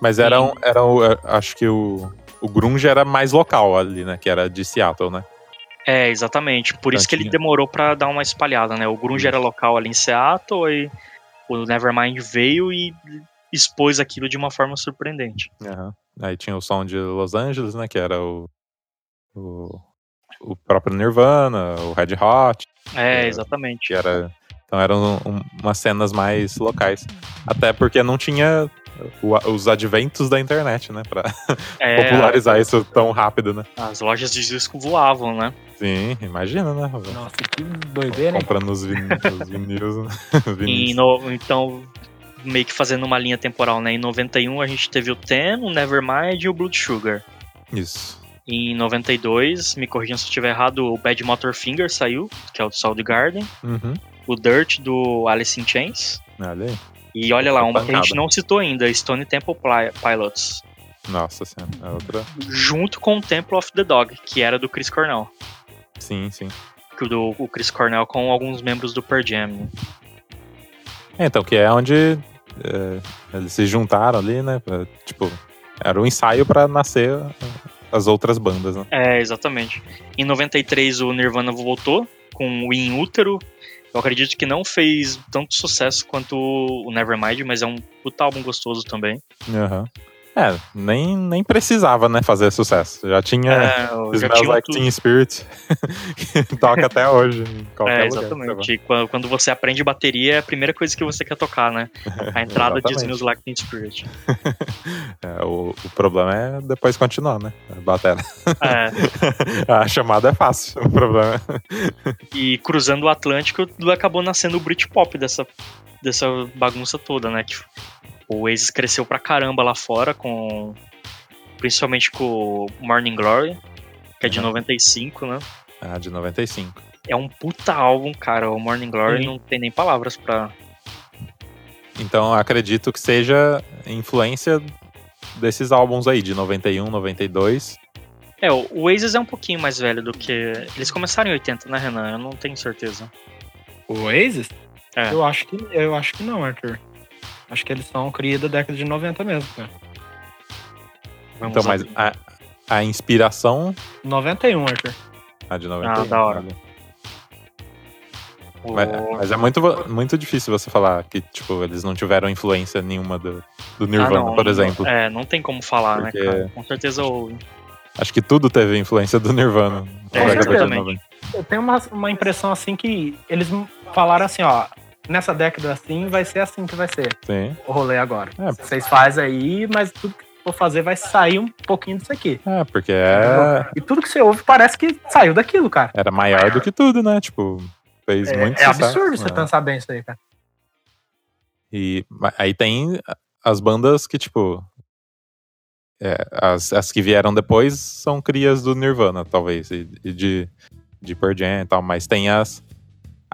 Speaker 2: Mas era, um, era um, eh, acho que o, o Grunge era mais local ali, né? Que era de Seattle, né?
Speaker 4: É, exatamente. Por isso que ele
Speaker 2: Tantinha.
Speaker 4: demorou pra dar uma espalhada, né? O Grunge
Speaker 2: Isso.
Speaker 4: era local ali em Seattle e o Nevermind veio e expôs aquilo de uma forma surpreendente.
Speaker 2: Aham. Aí tinha o som de Los Angeles, né? Que era o. o o próprio Nirvana, o Red Hot,
Speaker 4: É,
Speaker 2: É.
Speaker 4: exatamente.
Speaker 2: que era. Então eram um- umas cenas mais locais. Até porque não tinha o- os adventos da internet, né? Pra
Speaker 4: É,
Speaker 2: popularizar isso tão rápido, né?
Speaker 4: as lojas de disco voavam, né?
Speaker 2: Sim, imagina, né?
Speaker 3: Nossa, que doideira, hein?
Speaker 2: Comprando os, vin os vinis. né? Os
Speaker 4: E
Speaker 2: vinis.
Speaker 4: no- então, meio que fazendo uma linha temporal, né? Em 91 a gente teve o Ten, o Nevermind e o Blood Sugar.
Speaker 2: Isso.
Speaker 4: Em 92, me corrijam se eu estiver errado, o Bad Motor Finger saiu, que é o do Soundgarden.
Speaker 2: Uhum.
Speaker 4: O Dirt do Alice in Chains.
Speaker 2: Olha aí.
Speaker 4: E olha lá, uma que a gente
Speaker 2: Pancada.
Speaker 4: não citou ainda, Stone Temple Pli- Pilots.
Speaker 2: Nossa senhora. É outra.
Speaker 4: Junto com o Temple of the Dog, que era do Chris Cornell.
Speaker 2: Sim, sim.
Speaker 4: Que o Do, o Chris Cornell com alguns membros do Pearl Jam. né?
Speaker 2: É, então, que é onde é, eles se juntaram ali, né? pra- tipo, era um ensaio pra nascer é, as outras bandas, né?
Speaker 4: É, exatamente. Em 93 o Nirvana voltou com o In Útero. Eu acredito que não fez tanto sucesso quanto o Nevermind, mas é um puta álbum gostoso também.
Speaker 2: Aham. É, nem, nem precisava, né, fazer sucesso. Já tinha
Speaker 4: É, eu já
Speaker 2: Smells
Speaker 4: tinha
Speaker 2: Like
Speaker 4: tudo.
Speaker 2: Teen Spirit, que toca até hoje. Em qualquer
Speaker 4: É,
Speaker 2: lugar, sei
Speaker 4: exatamente. E quan- Quando você aprende bateria, é a primeira coisa que você quer tocar, né? A entrada de
Speaker 2: Exatamente.
Speaker 4: Smells Like Teen Spirit.
Speaker 2: lá. É, o, o problema é depois continuar, né? A batera.
Speaker 4: É,
Speaker 2: A chamada é fácil, o problema é...
Speaker 4: e cruzando o Atlântico, acabou nascendo o Britpop dessa, dessa bagunça toda, né? Que o Oasis cresceu pra caramba lá fora, com principalmente com o Morning Glory, que é de
Speaker 2: Uhum.
Speaker 4: 95, né?
Speaker 2: Ah, de 95.
Speaker 4: É um puta álbum, cara. O Morning Glory não tem nem palavras pra.
Speaker 2: Então acredito que seja influência desses álbuns aí, de 91, 92.
Speaker 4: É, o Oasis é um pouquinho mais velho do que. Eles começaram em 80, né, Renan? Eu não tenho certeza.
Speaker 3: O Oasis?
Speaker 4: É.
Speaker 3: Eu, acho que, eu acho que não, Arthur. Acho que eles são cria da década de 90 mesmo, cara.
Speaker 4: Vamos
Speaker 2: então, mas
Speaker 4: abrir.
Speaker 2: a, a inspiração.
Speaker 3: 91, Arthur.
Speaker 2: Ah, de 91.
Speaker 4: Ah, da hora.
Speaker 2: olha.
Speaker 4: O- Ah,
Speaker 2: Mas, mas é muito, muito difícil você falar que, tipo, eles não tiveram influência nenhuma do, do
Speaker 4: Ah,
Speaker 2: Nirvana,
Speaker 4: não,
Speaker 2: por exemplo.
Speaker 4: É, não tem como falar,
Speaker 2: Porque-
Speaker 4: né, cara? Com certeza o.
Speaker 2: Acho que tudo teve influência do Nirvana.
Speaker 4: É,
Speaker 2: Na década de
Speaker 4: certamente.
Speaker 2: 90.
Speaker 3: Eu tenho uma, uma impressão assim que eles m- falaram assim, ó. Nessa década assim, vai ser assim que vai ser
Speaker 2: Sim.
Speaker 3: o rolê agora.
Speaker 2: É.
Speaker 3: Vocês fazem aí, mas tudo que for fazer vai sair um pouquinho disso aqui.
Speaker 2: É, porque é-
Speaker 3: E tudo que você ouve parece que saiu daquilo, cara.
Speaker 2: era maior do que tudo, né? Tipo, fez
Speaker 3: É,
Speaker 2: muito
Speaker 3: é
Speaker 2: sucesso.
Speaker 3: absurdo você
Speaker 4: tá
Speaker 2: né?
Speaker 3: pensar bem isso aí, cara.
Speaker 2: E ma- aí tem as bandas que, tipo. é, as, as que vieram depois são crias do Nirvana, talvez, e, e de, de Pearl Jam e tal, mas tem as,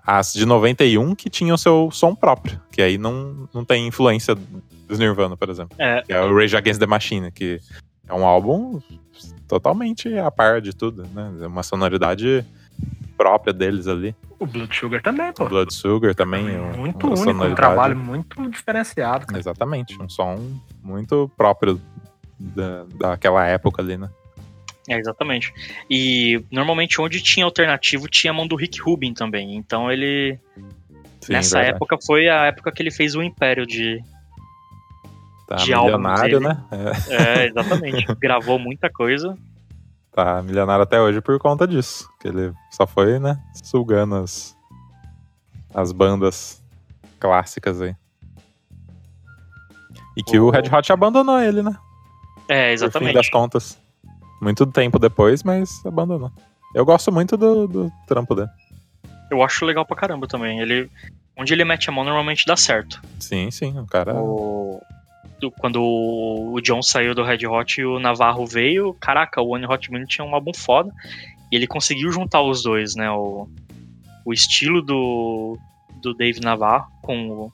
Speaker 2: as de 91 que tinham seu som próprio, que aí não, não tem influência dos Nirvana, por exemplo.
Speaker 4: É.
Speaker 2: Que é o Rage Against the Machine, que é um álbum totalmente a par de tudo, né? É Uma sonoridade própria deles ali.
Speaker 3: O Blood Sugar também, pô.
Speaker 2: Blood Sugar também. é um-
Speaker 3: Muito
Speaker 2: uma
Speaker 3: único, um
Speaker 2: sonoridade-
Speaker 3: trabalho muito diferenciado,
Speaker 4: É.
Speaker 3: cara.
Speaker 2: Exatamente, um som muito próprio da, daquela época ali, né?
Speaker 4: É, exatamente. E normalmente onde tinha alternativo tinha a mão do Rick Rubin também. Então ele.
Speaker 2: Sim,
Speaker 4: nessa
Speaker 2: verdade.
Speaker 4: época foi a época que ele fez o Império de.
Speaker 2: tá
Speaker 4: de álbum
Speaker 2: milionário,
Speaker 4: dele.
Speaker 2: né? É,
Speaker 4: É, exatamente. Gravou muita coisa.
Speaker 2: tá milionário até hoje por conta disso, que ele só foi, né, sugando as, as bandas clássicas aí. E que o,
Speaker 4: O-
Speaker 2: Red Hot abandonou ele, né? No
Speaker 4: É,
Speaker 2: fim das
Speaker 4: exatamente.
Speaker 2: contas. Muito tempo depois, mas abandonou. Eu gosto muito do, do trampo dele.
Speaker 4: Eu acho legal pra caramba também. Ele. Onde ele mete a mão normalmente dá certo.
Speaker 2: Sim, sim, o cara.
Speaker 4: O- do- Quando o John saiu do Red Hot e o Navarro veio, caraca, o One Hot Minute tinha um álbum foda. E ele conseguiu juntar os dois, né? O, o estilo do, do Dave Navarro com o.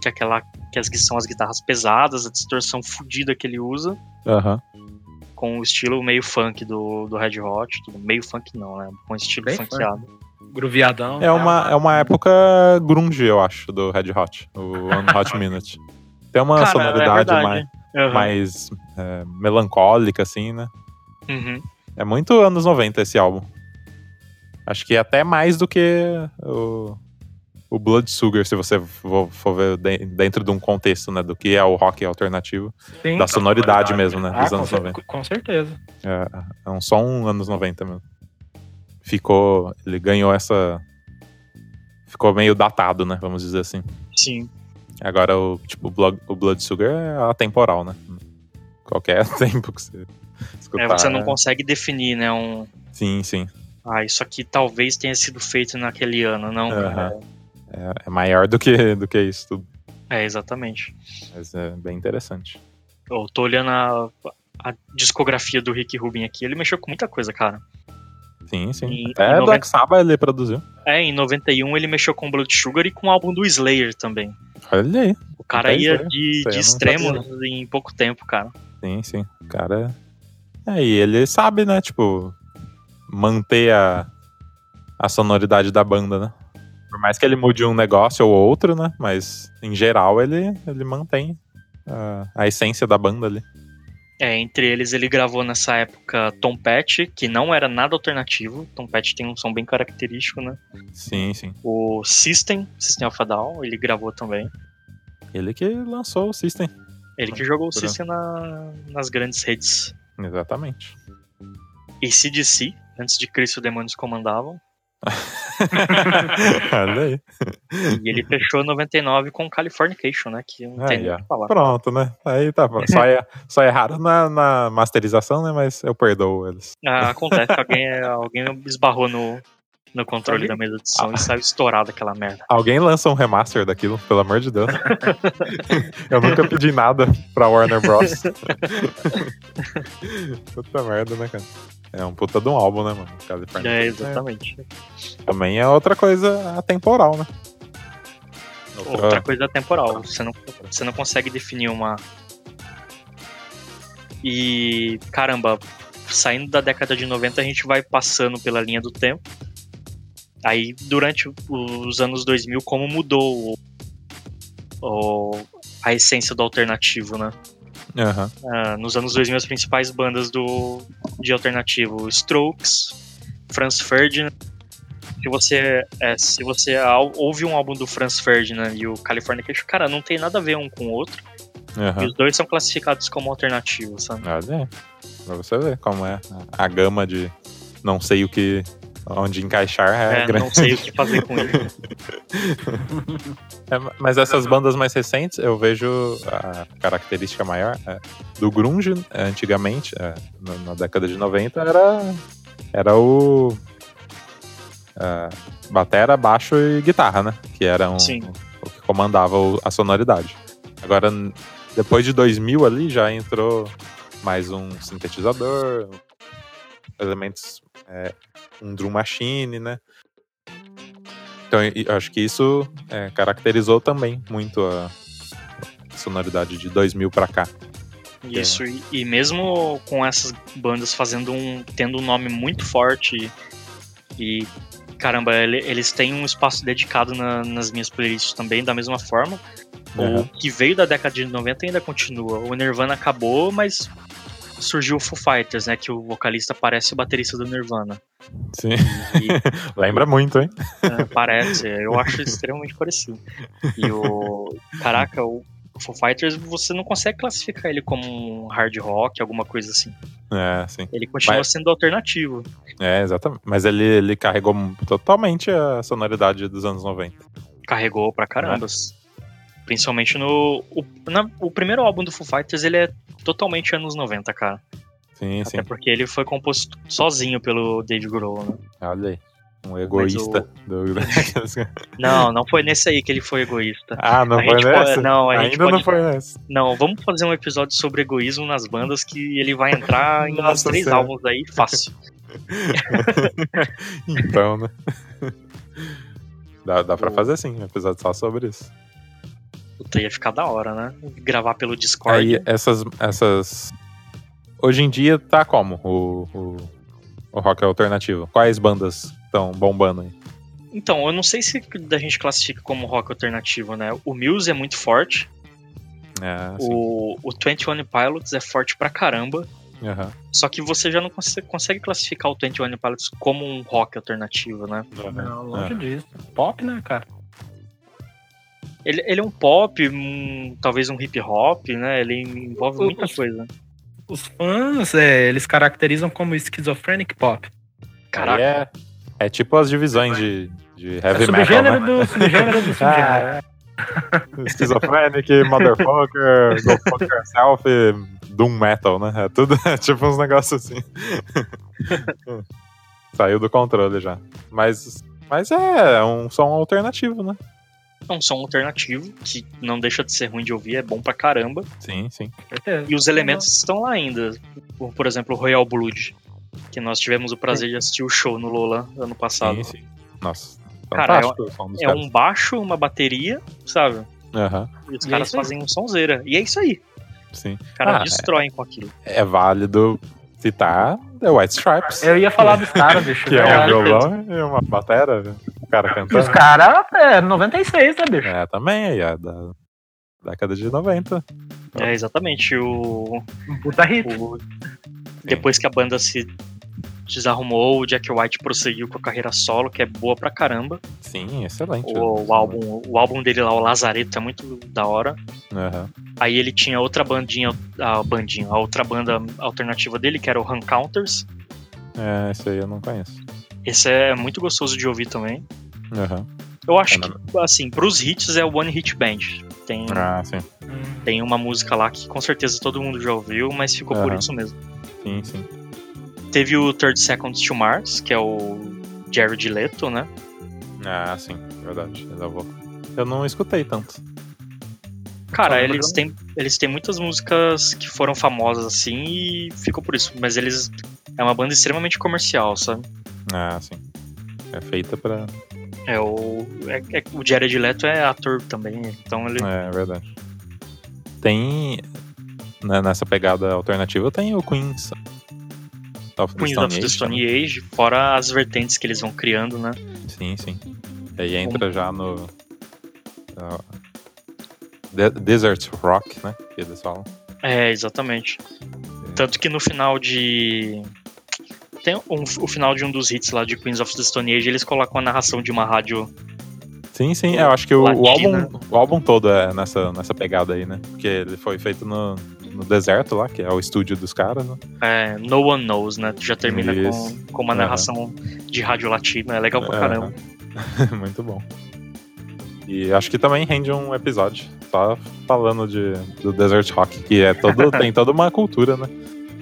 Speaker 4: Que, é aquela, que, as, que são as guitarras pesadas, a distorção fodida que ele usa,
Speaker 2: Aham.
Speaker 4: com o estilo meio funk do, do Red Hot. tudo- Meio funk não, né? Com o estilo
Speaker 3: Bem
Speaker 4: funkeado.
Speaker 3: Gruviadão.
Speaker 2: É uma, é uma época grunge, eu acho, do Red Hot, o One Hot Minute. Tem uma
Speaker 4: Cara, é
Speaker 2: sonoridade
Speaker 4: verdade.
Speaker 2: mais,
Speaker 4: Uhum. Aham.
Speaker 2: mais é, melancólica, assim, né?
Speaker 4: Uhum.
Speaker 2: É muito anos é 90 esse álbum. Acho que até mais do que o, o o Bloodsugar, se você for for ver de- dentro de um contexto, né, do que é o rock alternativo,
Speaker 3: Sim.
Speaker 2: da sonoridade mesmo, né,
Speaker 3: Ah,
Speaker 2: dos
Speaker 3: com,
Speaker 2: anos
Speaker 3: cer-
Speaker 2: 90.
Speaker 3: com certeza.
Speaker 2: É, é um som anos 90 mesmo. Ficou, ele ganhou essa ficou meio datado, né, vamos dizer assim.
Speaker 4: Sim.
Speaker 2: Agora o tipo o Blood, o Bloodsugar é atemporal, né? Qualquer tempo que você escutar.
Speaker 4: É, você não
Speaker 2: é-
Speaker 4: consegue definir, né? Um.
Speaker 2: Sim, sim.
Speaker 4: Ah, isso aqui talvez tenha sido feito naquele ano, não, cara.
Speaker 2: É, é maior do que do que isso tudo,
Speaker 4: É, exatamente.
Speaker 2: mas é bem interessante.
Speaker 4: Eu tô olhando a, a discografia do Rick Rubin aqui, ele mexeu com muita coisa, cara.
Speaker 2: Sim, sim.
Speaker 4: E-
Speaker 2: Até
Speaker 4: e noventa-
Speaker 2: Black Sabbath ele produziu.
Speaker 4: É, em 91 ele mexeu com Blood Sugar e com o álbum do Slayer também.
Speaker 2: Olha aí.
Speaker 4: O cara
Speaker 2: Entendi,
Speaker 4: ia
Speaker 2: né? Isso
Speaker 4: de,
Speaker 2: aí eu
Speaker 4: de
Speaker 2: não
Speaker 4: extremos em pouco tempo, cara.
Speaker 2: Sim, sim. O cara. É, e ele sabe, né? Tipo, manter a, a sonoridade da banda, né? Por mais que ele mude um negócio ou outro, né? Mas, em geral, ele, ele mantém a, a essência da banda ali.
Speaker 4: É, entre eles ele gravou nessa época Tom Petty, que não era nada alternativo. Tom Petty tem um som bem característico, né?
Speaker 2: Sim, sim.
Speaker 4: O System, System of a Down, ele gravou também.
Speaker 2: Ele que lançou o System.
Speaker 4: Ele que jogou o
Speaker 2: Pronto.
Speaker 4: System na- nas grandes redes.
Speaker 2: Exatamente.
Speaker 4: E CDC, antes de Cristo Demônios Comandavam.
Speaker 2: Olha aí.
Speaker 4: Tá. E ele fechou 99 com Californication, né? Que não tem
Speaker 2: Aí,
Speaker 4: nem
Speaker 2: ó.
Speaker 4: o que falar.
Speaker 2: Pronto, né? Aí tá bom. Só, er- só erraram na, na masterização, né? Mas eu perdoo eles.
Speaker 4: Ah, acontece, alguém, alguém esbarrou no, no controle da mesa de som e saiu estourada aquela merda.
Speaker 2: Alguém lança um remaster daquilo, pelo amor de Deus. Eu nunca pedi nada pra Warner Bros. puta merda, né, cara? É um puta de um álbum, né, mano? California.
Speaker 4: É, exatamente.
Speaker 2: Também é outra coisa atemporal, né? Outra-
Speaker 4: Outra coisa temporal, você não, você não consegue definir uma. E, caramba, saindo da década de 90, a gente vai passando pela linha do tempo. Aí, durante o- os anos 2000, como mudou o- o- a essência do alternativo, né?
Speaker 2: Aham.
Speaker 4: Ah, nos anos 2000 as principais bandas do de alternativo Strokes, Franz Ferdinand. Se você é, se você al- ouve um álbum do Franz Ferdinand e o California Cage, cara, não tem nada a ver um com o outro.
Speaker 2: Aham.
Speaker 4: E os dois são classificados como alternativos, sabe?
Speaker 2: Olha aí. Pra você ver como é a gama de não sei o que. onde encaixar é,
Speaker 4: É,
Speaker 2: grande.
Speaker 4: não sei o que fazer com ele.
Speaker 2: É, mas essas bandas mais recentes, eu vejo a característica maior é, do grunge é, antigamente, é, na, na década de 90, era, era o é, batera, baixo e guitarra, né? Que era um-
Speaker 4: Sim.
Speaker 2: o que comandava o- a sonoridade. Agora, n- depois de 2000 ali, já entrou mais um sintetizador, elementos, é, um drum machine, né? Então, e- eu acho que isso é, caracterizou também muito a sonoridade de 2000 pra cá.
Speaker 4: É, Isso e, e mesmo com essas bandas fazendo um tendo um nome muito forte e, e, caramba, ele- eles têm um espaço dedicado na- nas minhas playlists também da mesma forma. O
Speaker 2: Aham.
Speaker 4: que veio da década de 90 ainda continua. O Nirvana acabou, mas surgiu o Foo Fighters, né? Que o vocalista parece o baterista do Nirvana.
Speaker 2: Sim.
Speaker 4: E
Speaker 2: Lembra muito, hein?
Speaker 4: né, parece, eu acho extremamente parecido. E o. Caraca, o Foo Fighters, você não consegue classificar ele como um hard rock, alguma coisa assim.
Speaker 2: É, sim.
Speaker 4: Ele continua
Speaker 2: Mas-
Speaker 4: sendo alternativo.
Speaker 2: É, exatamente. Mas ele, ele carregou totalmente a sonoridade dos anos 90.
Speaker 4: Carregou pra caramba. Principalmente no. O, na- o primeiro álbum do Foo Fighters, ele é totalmente anos 90, cara.
Speaker 2: Sim, sim.
Speaker 4: Até porque ele foi composto sozinho pelo Dave Grohl, né?
Speaker 2: Olha aí. Um egoísta. do-
Speaker 4: Não, não foi nesse aí que ele foi egoísta.
Speaker 2: ah, não
Speaker 4: a
Speaker 2: foi
Speaker 4: gente po-
Speaker 2: nessa?
Speaker 4: não, a gente
Speaker 2: Ainda
Speaker 4: pode-
Speaker 2: não foi nessa.
Speaker 4: Não, vamos fazer um episódio sobre egoísmo nas bandas que ele vai entrar em uns
Speaker 2: Nossa
Speaker 4: três
Speaker 2: Senhora.
Speaker 4: álbuns aí fácil.
Speaker 2: Então, né? Dá, dá pra fazer assim, um episódio só sobre isso.
Speaker 4: Puta, ia ficar da hora, né? Gravar pelo Discord.
Speaker 2: Aí essas, essas. Hoje em dia tá como o, o, o rock alternativo? Quais bandas estão bombando aí?
Speaker 4: Então, eu não sei se a gente classifica como rock alternativo, né? O Muse é muito forte,
Speaker 2: É, sim.
Speaker 4: o, o 21 Pilots é forte pra caramba,
Speaker 2: assim, Aham.
Speaker 4: só que você já não conse- consegue classificar o
Speaker 3: É,
Speaker 4: 21 Pilots como um rock alternativo, né?
Speaker 3: Não, longe disso. Pop, né, cara?
Speaker 4: Ele, ele é um pop, um- talvez um hip hop, né? Ele envolve
Speaker 3: O-
Speaker 4: muita
Speaker 3: os-
Speaker 4: coisa.
Speaker 3: Os fãs, é, eles caracterizam como schizophrenic pop.
Speaker 4: Caraca.
Speaker 2: É, é tipo as divisões de, de
Speaker 3: É
Speaker 2: heavy metal,
Speaker 3: subgênero né?
Speaker 2: né?
Speaker 3: do subgênero do subgênero.
Speaker 2: Schizophrenic, motherfucker, go fuck yourself, e doom metal, né? É tudo é tipo uns negócios assim. Saiu do controle já. Mas, mas é um som alternativo, né?
Speaker 4: É um som alternativo, que não deixa de ser ruim de ouvir, é bom pra caramba.
Speaker 2: Sim, sim.
Speaker 3: Certeza.
Speaker 4: E os
Speaker 3: Uhum.
Speaker 4: elementos estão lá ainda. Por, por exemplo, o Royal Blood, que nós tivemos o prazer de assistir o show no Lola ano passado.
Speaker 2: Sim, sim. Nossa,
Speaker 4: Cara,
Speaker 2: fantástico o som dos
Speaker 4: É
Speaker 2: caras.
Speaker 4: um baixo, uma bateria, sabe?
Speaker 2: Aham,
Speaker 4: E os
Speaker 3: E é
Speaker 4: caras
Speaker 3: isso aí.
Speaker 4: fazem um sonzeira. E é isso aí.
Speaker 2: sim.
Speaker 4: Os caras
Speaker 2: Ah,
Speaker 4: destroem com aquilo.
Speaker 2: É válido citar The White Stripes,
Speaker 4: É
Speaker 3: Eu ia falar dos caras, bicho.
Speaker 2: que é um
Speaker 3: verdade.
Speaker 2: violão e uma batera, o cara cantando.
Speaker 3: Os caras, é 96, né, bicho?
Speaker 2: É, também, aí, ó, da década de 90.
Speaker 4: É, exatamente. O,
Speaker 3: Um puta hit.
Speaker 4: o- Tipo,
Speaker 2: É.
Speaker 4: depois que a banda se desarrumou, o Jack White prosseguiu com a carreira solo, que é boa pra caramba.
Speaker 2: Sim, excelente.
Speaker 4: O, o álbum, o álbum dele lá, o Lazareto, é muito da hora.
Speaker 2: Aham.
Speaker 4: Aí ele tinha outra bandinha, a bandinha, a outra banda alternativa dele, que era o Run Counters.
Speaker 2: É, isso aí eu não conheço.
Speaker 4: Esse é muito gostoso de ouvir também.
Speaker 2: Aham.
Speaker 4: Eu acho
Speaker 2: É,
Speaker 4: que, assim, pros hits é o One Hit Band. Tem,
Speaker 2: Ah, sim.
Speaker 3: Uhum.
Speaker 4: tem uma música lá que com certeza todo mundo já ouviu, mas ficou por
Speaker 2: Aham.
Speaker 4: isso mesmo.
Speaker 2: Sim, sim.
Speaker 4: Teve o 30 Seconds to Mars, que é o Jared Leto, né?
Speaker 2: Ah, sim, verdade. Eu, vou... eu não escutei tanto.
Speaker 4: Cara,
Speaker 3: Fala,
Speaker 2: Então,
Speaker 4: eles têm, eles têm muitas músicas que foram famosas assim e ficou por isso. Mas eles. É uma banda extremamente comercial, sabe?
Speaker 2: Ah, sim. É feita pra.
Speaker 4: É o, é, é- o Jared Leto é ator também, então ele.
Speaker 2: É, verdade. Tem. né, Nessa pegada alternativa tem o Queens. Of the
Speaker 4: Queens
Speaker 2: Stone
Speaker 4: of the
Speaker 2: Age né?
Speaker 4: Stone Age, fora as vertentes que eles vão criando, né?
Speaker 2: Sim, sim. Aí entra já no. ah, de- Desert Rock, né? Que eles falam.
Speaker 4: É, exatamente. Tanto que no final de. Tem um- o final de um dos hits lá de Queens of the Stone Age, eles colocam a narração de uma rádio.
Speaker 2: Sim, sim. Eu acho que o, o
Speaker 4: Latina.
Speaker 2: álbum, o álbum todo é nessa, nessa pegada aí, né? Porque ele foi feito no, no deserto lá, que é o estúdio dos caras, né?
Speaker 4: é, No One Knows, né? Já termina
Speaker 2: Isso.
Speaker 4: com, com uma
Speaker 2: Aham.
Speaker 4: narração de rádio latina, é legal pra caramba.
Speaker 2: É. Muito bom. E acho que também rende um episódio. Só falando de, do Desert Rock, que é todo, tem toda uma cultura, né?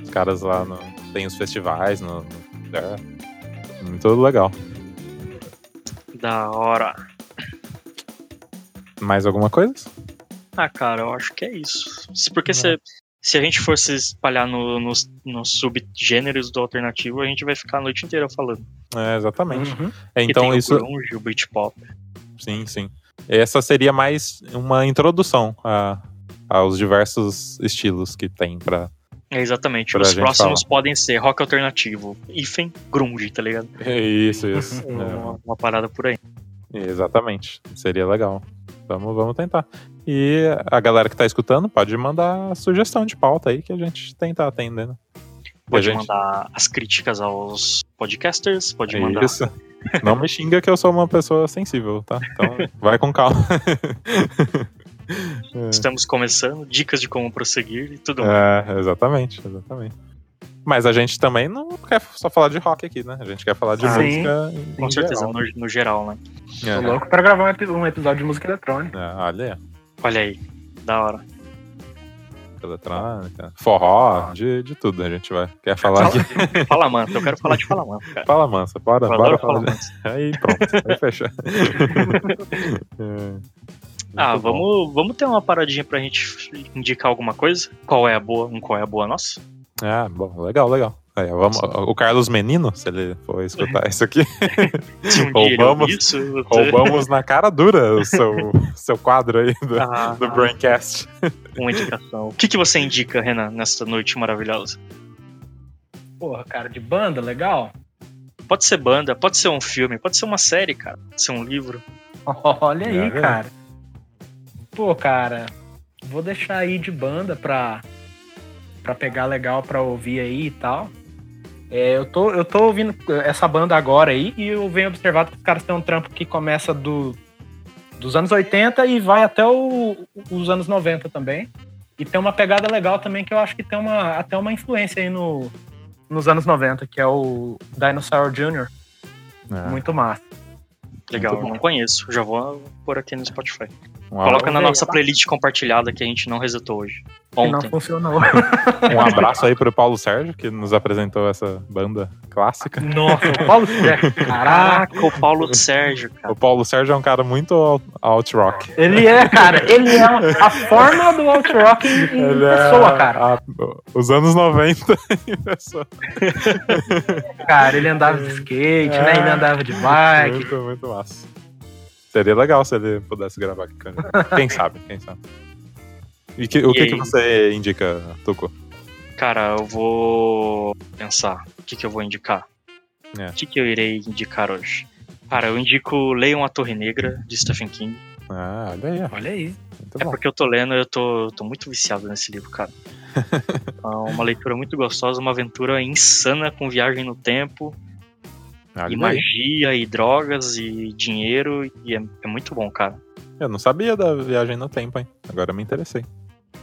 Speaker 2: Os caras lá no, tem os festivais no. no- é. Muito legal.
Speaker 4: Da hora.
Speaker 2: Mais alguma coisa?
Speaker 4: Ah, cara, eu acho que é isso. Se- Porque se, se a gente fosse espalhar no- nos nos subgêneros do alternativo, a gente vai ficar a noite inteira falando.
Speaker 2: É, exatamente.
Speaker 3: Uhum.
Speaker 2: É,
Speaker 4: Porque
Speaker 2: então
Speaker 4: Hum, tem
Speaker 2: isso.
Speaker 4: o grunge, o Britpop.
Speaker 2: Sim, sim. Essa seria mais uma introdução a, aos diversos estilos que tem pra.
Speaker 4: É, exatamente.
Speaker 2: Pra
Speaker 4: Os
Speaker 2: gente
Speaker 4: próximos podem ser rock alternativo, hífen, grunge, tá ligado?
Speaker 2: Isso, isso.
Speaker 4: Uma, uma parada por aí.
Speaker 2: É, exatamente. Seria legal. Vamos, vamos tentar. E a galera que tá escutando pode mandar sugestão de pauta aí que a gente tenta atender, né?
Speaker 4: Pode
Speaker 2: gente-
Speaker 4: mandar as críticas aos podcasters,
Speaker 2: É
Speaker 4: pode mandar.
Speaker 2: Isso. Não me xinga que eu sou uma pessoa sensível, tá? Então vai com calma.
Speaker 4: Estamos começando, dicas de como prosseguir e tudo mais.
Speaker 2: É, exatamente, exatamente. Mas a gente também não quer só falar de rock aqui, né? A gente quer falar de
Speaker 3: Ah, sim.
Speaker 2: música. em-
Speaker 4: Com
Speaker 2: em
Speaker 4: certeza,
Speaker 2: geral.
Speaker 4: no, no geral, né?
Speaker 2: É.
Speaker 3: Tô louco pra gravar um epi- um episódio de música eletrônica.
Speaker 2: É, olha aí,
Speaker 4: Olha aí, da hora.
Speaker 2: eletrônica, forró, de, de tudo a gente vai. Quer falar aqui?
Speaker 4: Fala Manta, eu quero falar de Fala Manta, cara.
Speaker 2: Fala mansa, bora,
Speaker 4: Eu
Speaker 2: bora
Speaker 4: adoro Fala
Speaker 2: falar.
Speaker 4: Manta.
Speaker 2: Aí pronto, aí fechou. É,
Speaker 4: Ah,
Speaker 2: muito bom.
Speaker 4: vamos, vamos ter uma paradinha pra gente indicar alguma coisa? Qual é a boa? Um qual é a boa nossa?
Speaker 2: Ah, bom, legal, legal. Aí, vamos, o Carlos Menino, se ele for escutar isso aqui,
Speaker 4: Se um dia ele
Speaker 2: Roubamos-
Speaker 4: ouvir isso, eu tô-
Speaker 2: roubamos na cara dura o seu, seu quadro aí do,
Speaker 4: Ah,
Speaker 2: do Braincast.
Speaker 4: uma indicação. O que, que você indica, Renan, nesta noite maravilhosa?
Speaker 3: Porra, cara, de banda, legal.
Speaker 4: Pode ser banda, pode ser um filme, pode ser uma série, cara, pode ser um livro.
Speaker 3: Olha aí,
Speaker 2: É, velho.
Speaker 3: cara. Pô, cara, vou deixar aí de banda pra, pra pegar legal pra ouvir aí e tal. É, eu, tô, eu tô ouvindo essa banda agora aí e eu venho observar que os caras têm um trampo que começa do dos anos 80 e vai até o- os anos 90 também. E tem uma pegada legal também que eu acho que tem uma, até uma influência aí no, nos anos 90, que é o Dinosaur Jr.
Speaker 2: Ah,
Speaker 3: Muito massa.
Speaker 4: Legal,
Speaker 2: Muito bom.
Speaker 4: não conheço. Já vou pôr aqui no Spotify.
Speaker 2: um, abra-
Speaker 4: Coloca na
Speaker 3: Vamos ver,
Speaker 4: nossa
Speaker 3: tá?
Speaker 4: playlist compartilhada que a gente não resetou hoje.
Speaker 3: Que não
Speaker 4: Ontem.
Speaker 3: funcionou.
Speaker 2: um abraço aí pro Paulo Sérgio, que nos apresentou essa banda clássica.
Speaker 3: Nossa, o Paulo Sérgio. Caraca,
Speaker 4: Caraca, o Paulo Sérgio, cara.
Speaker 2: O Paulo Sérgio é um cara muito alt-rock.
Speaker 3: ele é, cara. Ele é uma- a forma do alt-rock em, em é pessoa, cara.
Speaker 2: é os anos 90 em pessoa.
Speaker 3: Cara, ele andava de skate, né? Ele andava de bike.
Speaker 2: Muito, muito massa. Seria legal se ele pudesse gravar aqui. com a gente. Quem sabe, quem sabe. E que- o
Speaker 4: E
Speaker 2: que,
Speaker 4: aí?
Speaker 2: que você indica, Tuco?
Speaker 4: Cara, eu vou pensar. O que, que eu vou indicar?
Speaker 2: É.
Speaker 4: O que, que eu irei indicar hoje? Cara, eu indico Leiam a Torre Negra, de Stephen King.
Speaker 2: Ah, olha aí, ó,
Speaker 3: Olha aí.
Speaker 2: muito
Speaker 4: É
Speaker 2: Tá bom.
Speaker 4: porque eu tô lendo e eu tô, eu tô muito viciado nesse livro, cara. É uma leitura muito gostosa, uma aventura insana com viagem no tempo. e
Speaker 2: Olha aí.
Speaker 4: magia, e drogas, e dinheiro, e é, é muito bom, cara.
Speaker 2: Eu não sabia da viagem no tempo, hein? Agora eu me interessei.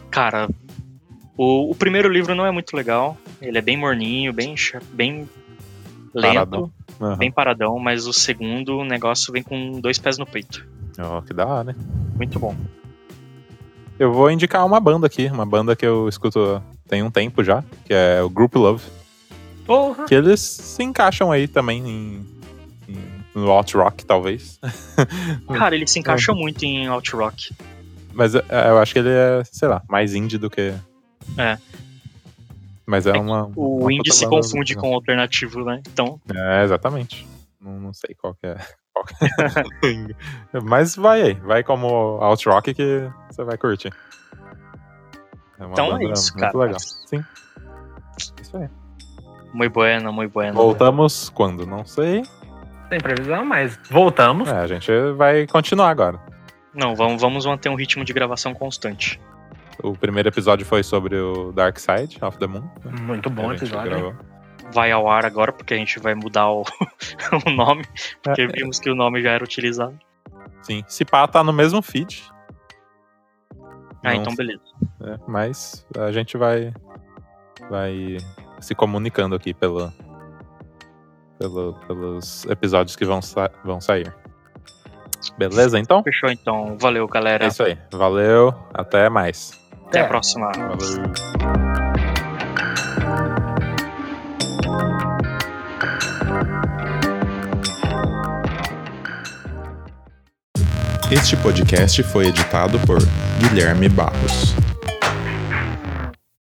Speaker 4: Cara, o, o primeiro livro não é muito legal, ele é bem morninho, bem, cha- bem lento,
Speaker 2: Paradão. Aham.
Speaker 4: bem paradão, mas o segundo o negócio vem com dois pés no peito.
Speaker 2: Ó, que da hora, né?
Speaker 4: Muito bom.
Speaker 2: Eu vou indicar uma banda aqui, uma banda que eu escuto tem um tempo já, que é o Group Love.
Speaker 3: Porra.
Speaker 2: Que eles se encaixam aí também em, em- no alt rock, talvez. Hum.
Speaker 4: Cara, ele se
Speaker 2: É.
Speaker 4: encaixa muito em alt rock.
Speaker 2: Mas é, eu acho que ele é, sei lá, mais indie do que.
Speaker 4: É.
Speaker 2: Mas é,
Speaker 4: É que
Speaker 2: uma.
Speaker 4: O
Speaker 2: uma
Speaker 4: indie
Speaker 2: puta
Speaker 4: se
Speaker 2: banda
Speaker 4: confunde
Speaker 2: legal.
Speaker 4: com o alternativo, né? Então,
Speaker 2: É, exatamente. Não, não sei qual que é. qual que é. Mas vai aí, vai como alt rock que você vai curtir. É uma
Speaker 4: então é
Speaker 2: banda
Speaker 4: isso,
Speaker 2: muito
Speaker 4: cara.
Speaker 2: legal. Sim. Isso aí.
Speaker 4: Muito bueno, muito bueno.
Speaker 2: Voltamos quando? Não sei.
Speaker 3: Sem previsão, mas voltamos.
Speaker 2: É, a gente vai continuar agora.
Speaker 4: Não, vamos, vamos manter um ritmo de gravação constante.
Speaker 2: O primeiro episódio foi sobre o Dark Side of the Moon. né?
Speaker 3: Muito
Speaker 2: Que
Speaker 3: bom
Speaker 2: a gente
Speaker 3: episódio. hein?
Speaker 2: gravou.
Speaker 4: vai ao ar agora, porque a gente vai mudar o, o nome,
Speaker 2: É.
Speaker 4: porque vimos que o nome já era utilizado.
Speaker 2: Sim. Se pá, tá no mesmo feed. Não
Speaker 4: Ah, então beleza.
Speaker 2: né? Mas a gente vai vai se comunicando aqui pelo, pelo- pelos episódios que vão, sa- vão sair. Beleza, então?
Speaker 4: Fechou então. Valeu, galera.
Speaker 2: É isso aí. Valeu, até mais.
Speaker 4: Até a
Speaker 3: É.
Speaker 4: próxima.
Speaker 2: Valeu.
Speaker 1: Este podcast foi editado por Guilherme Barros.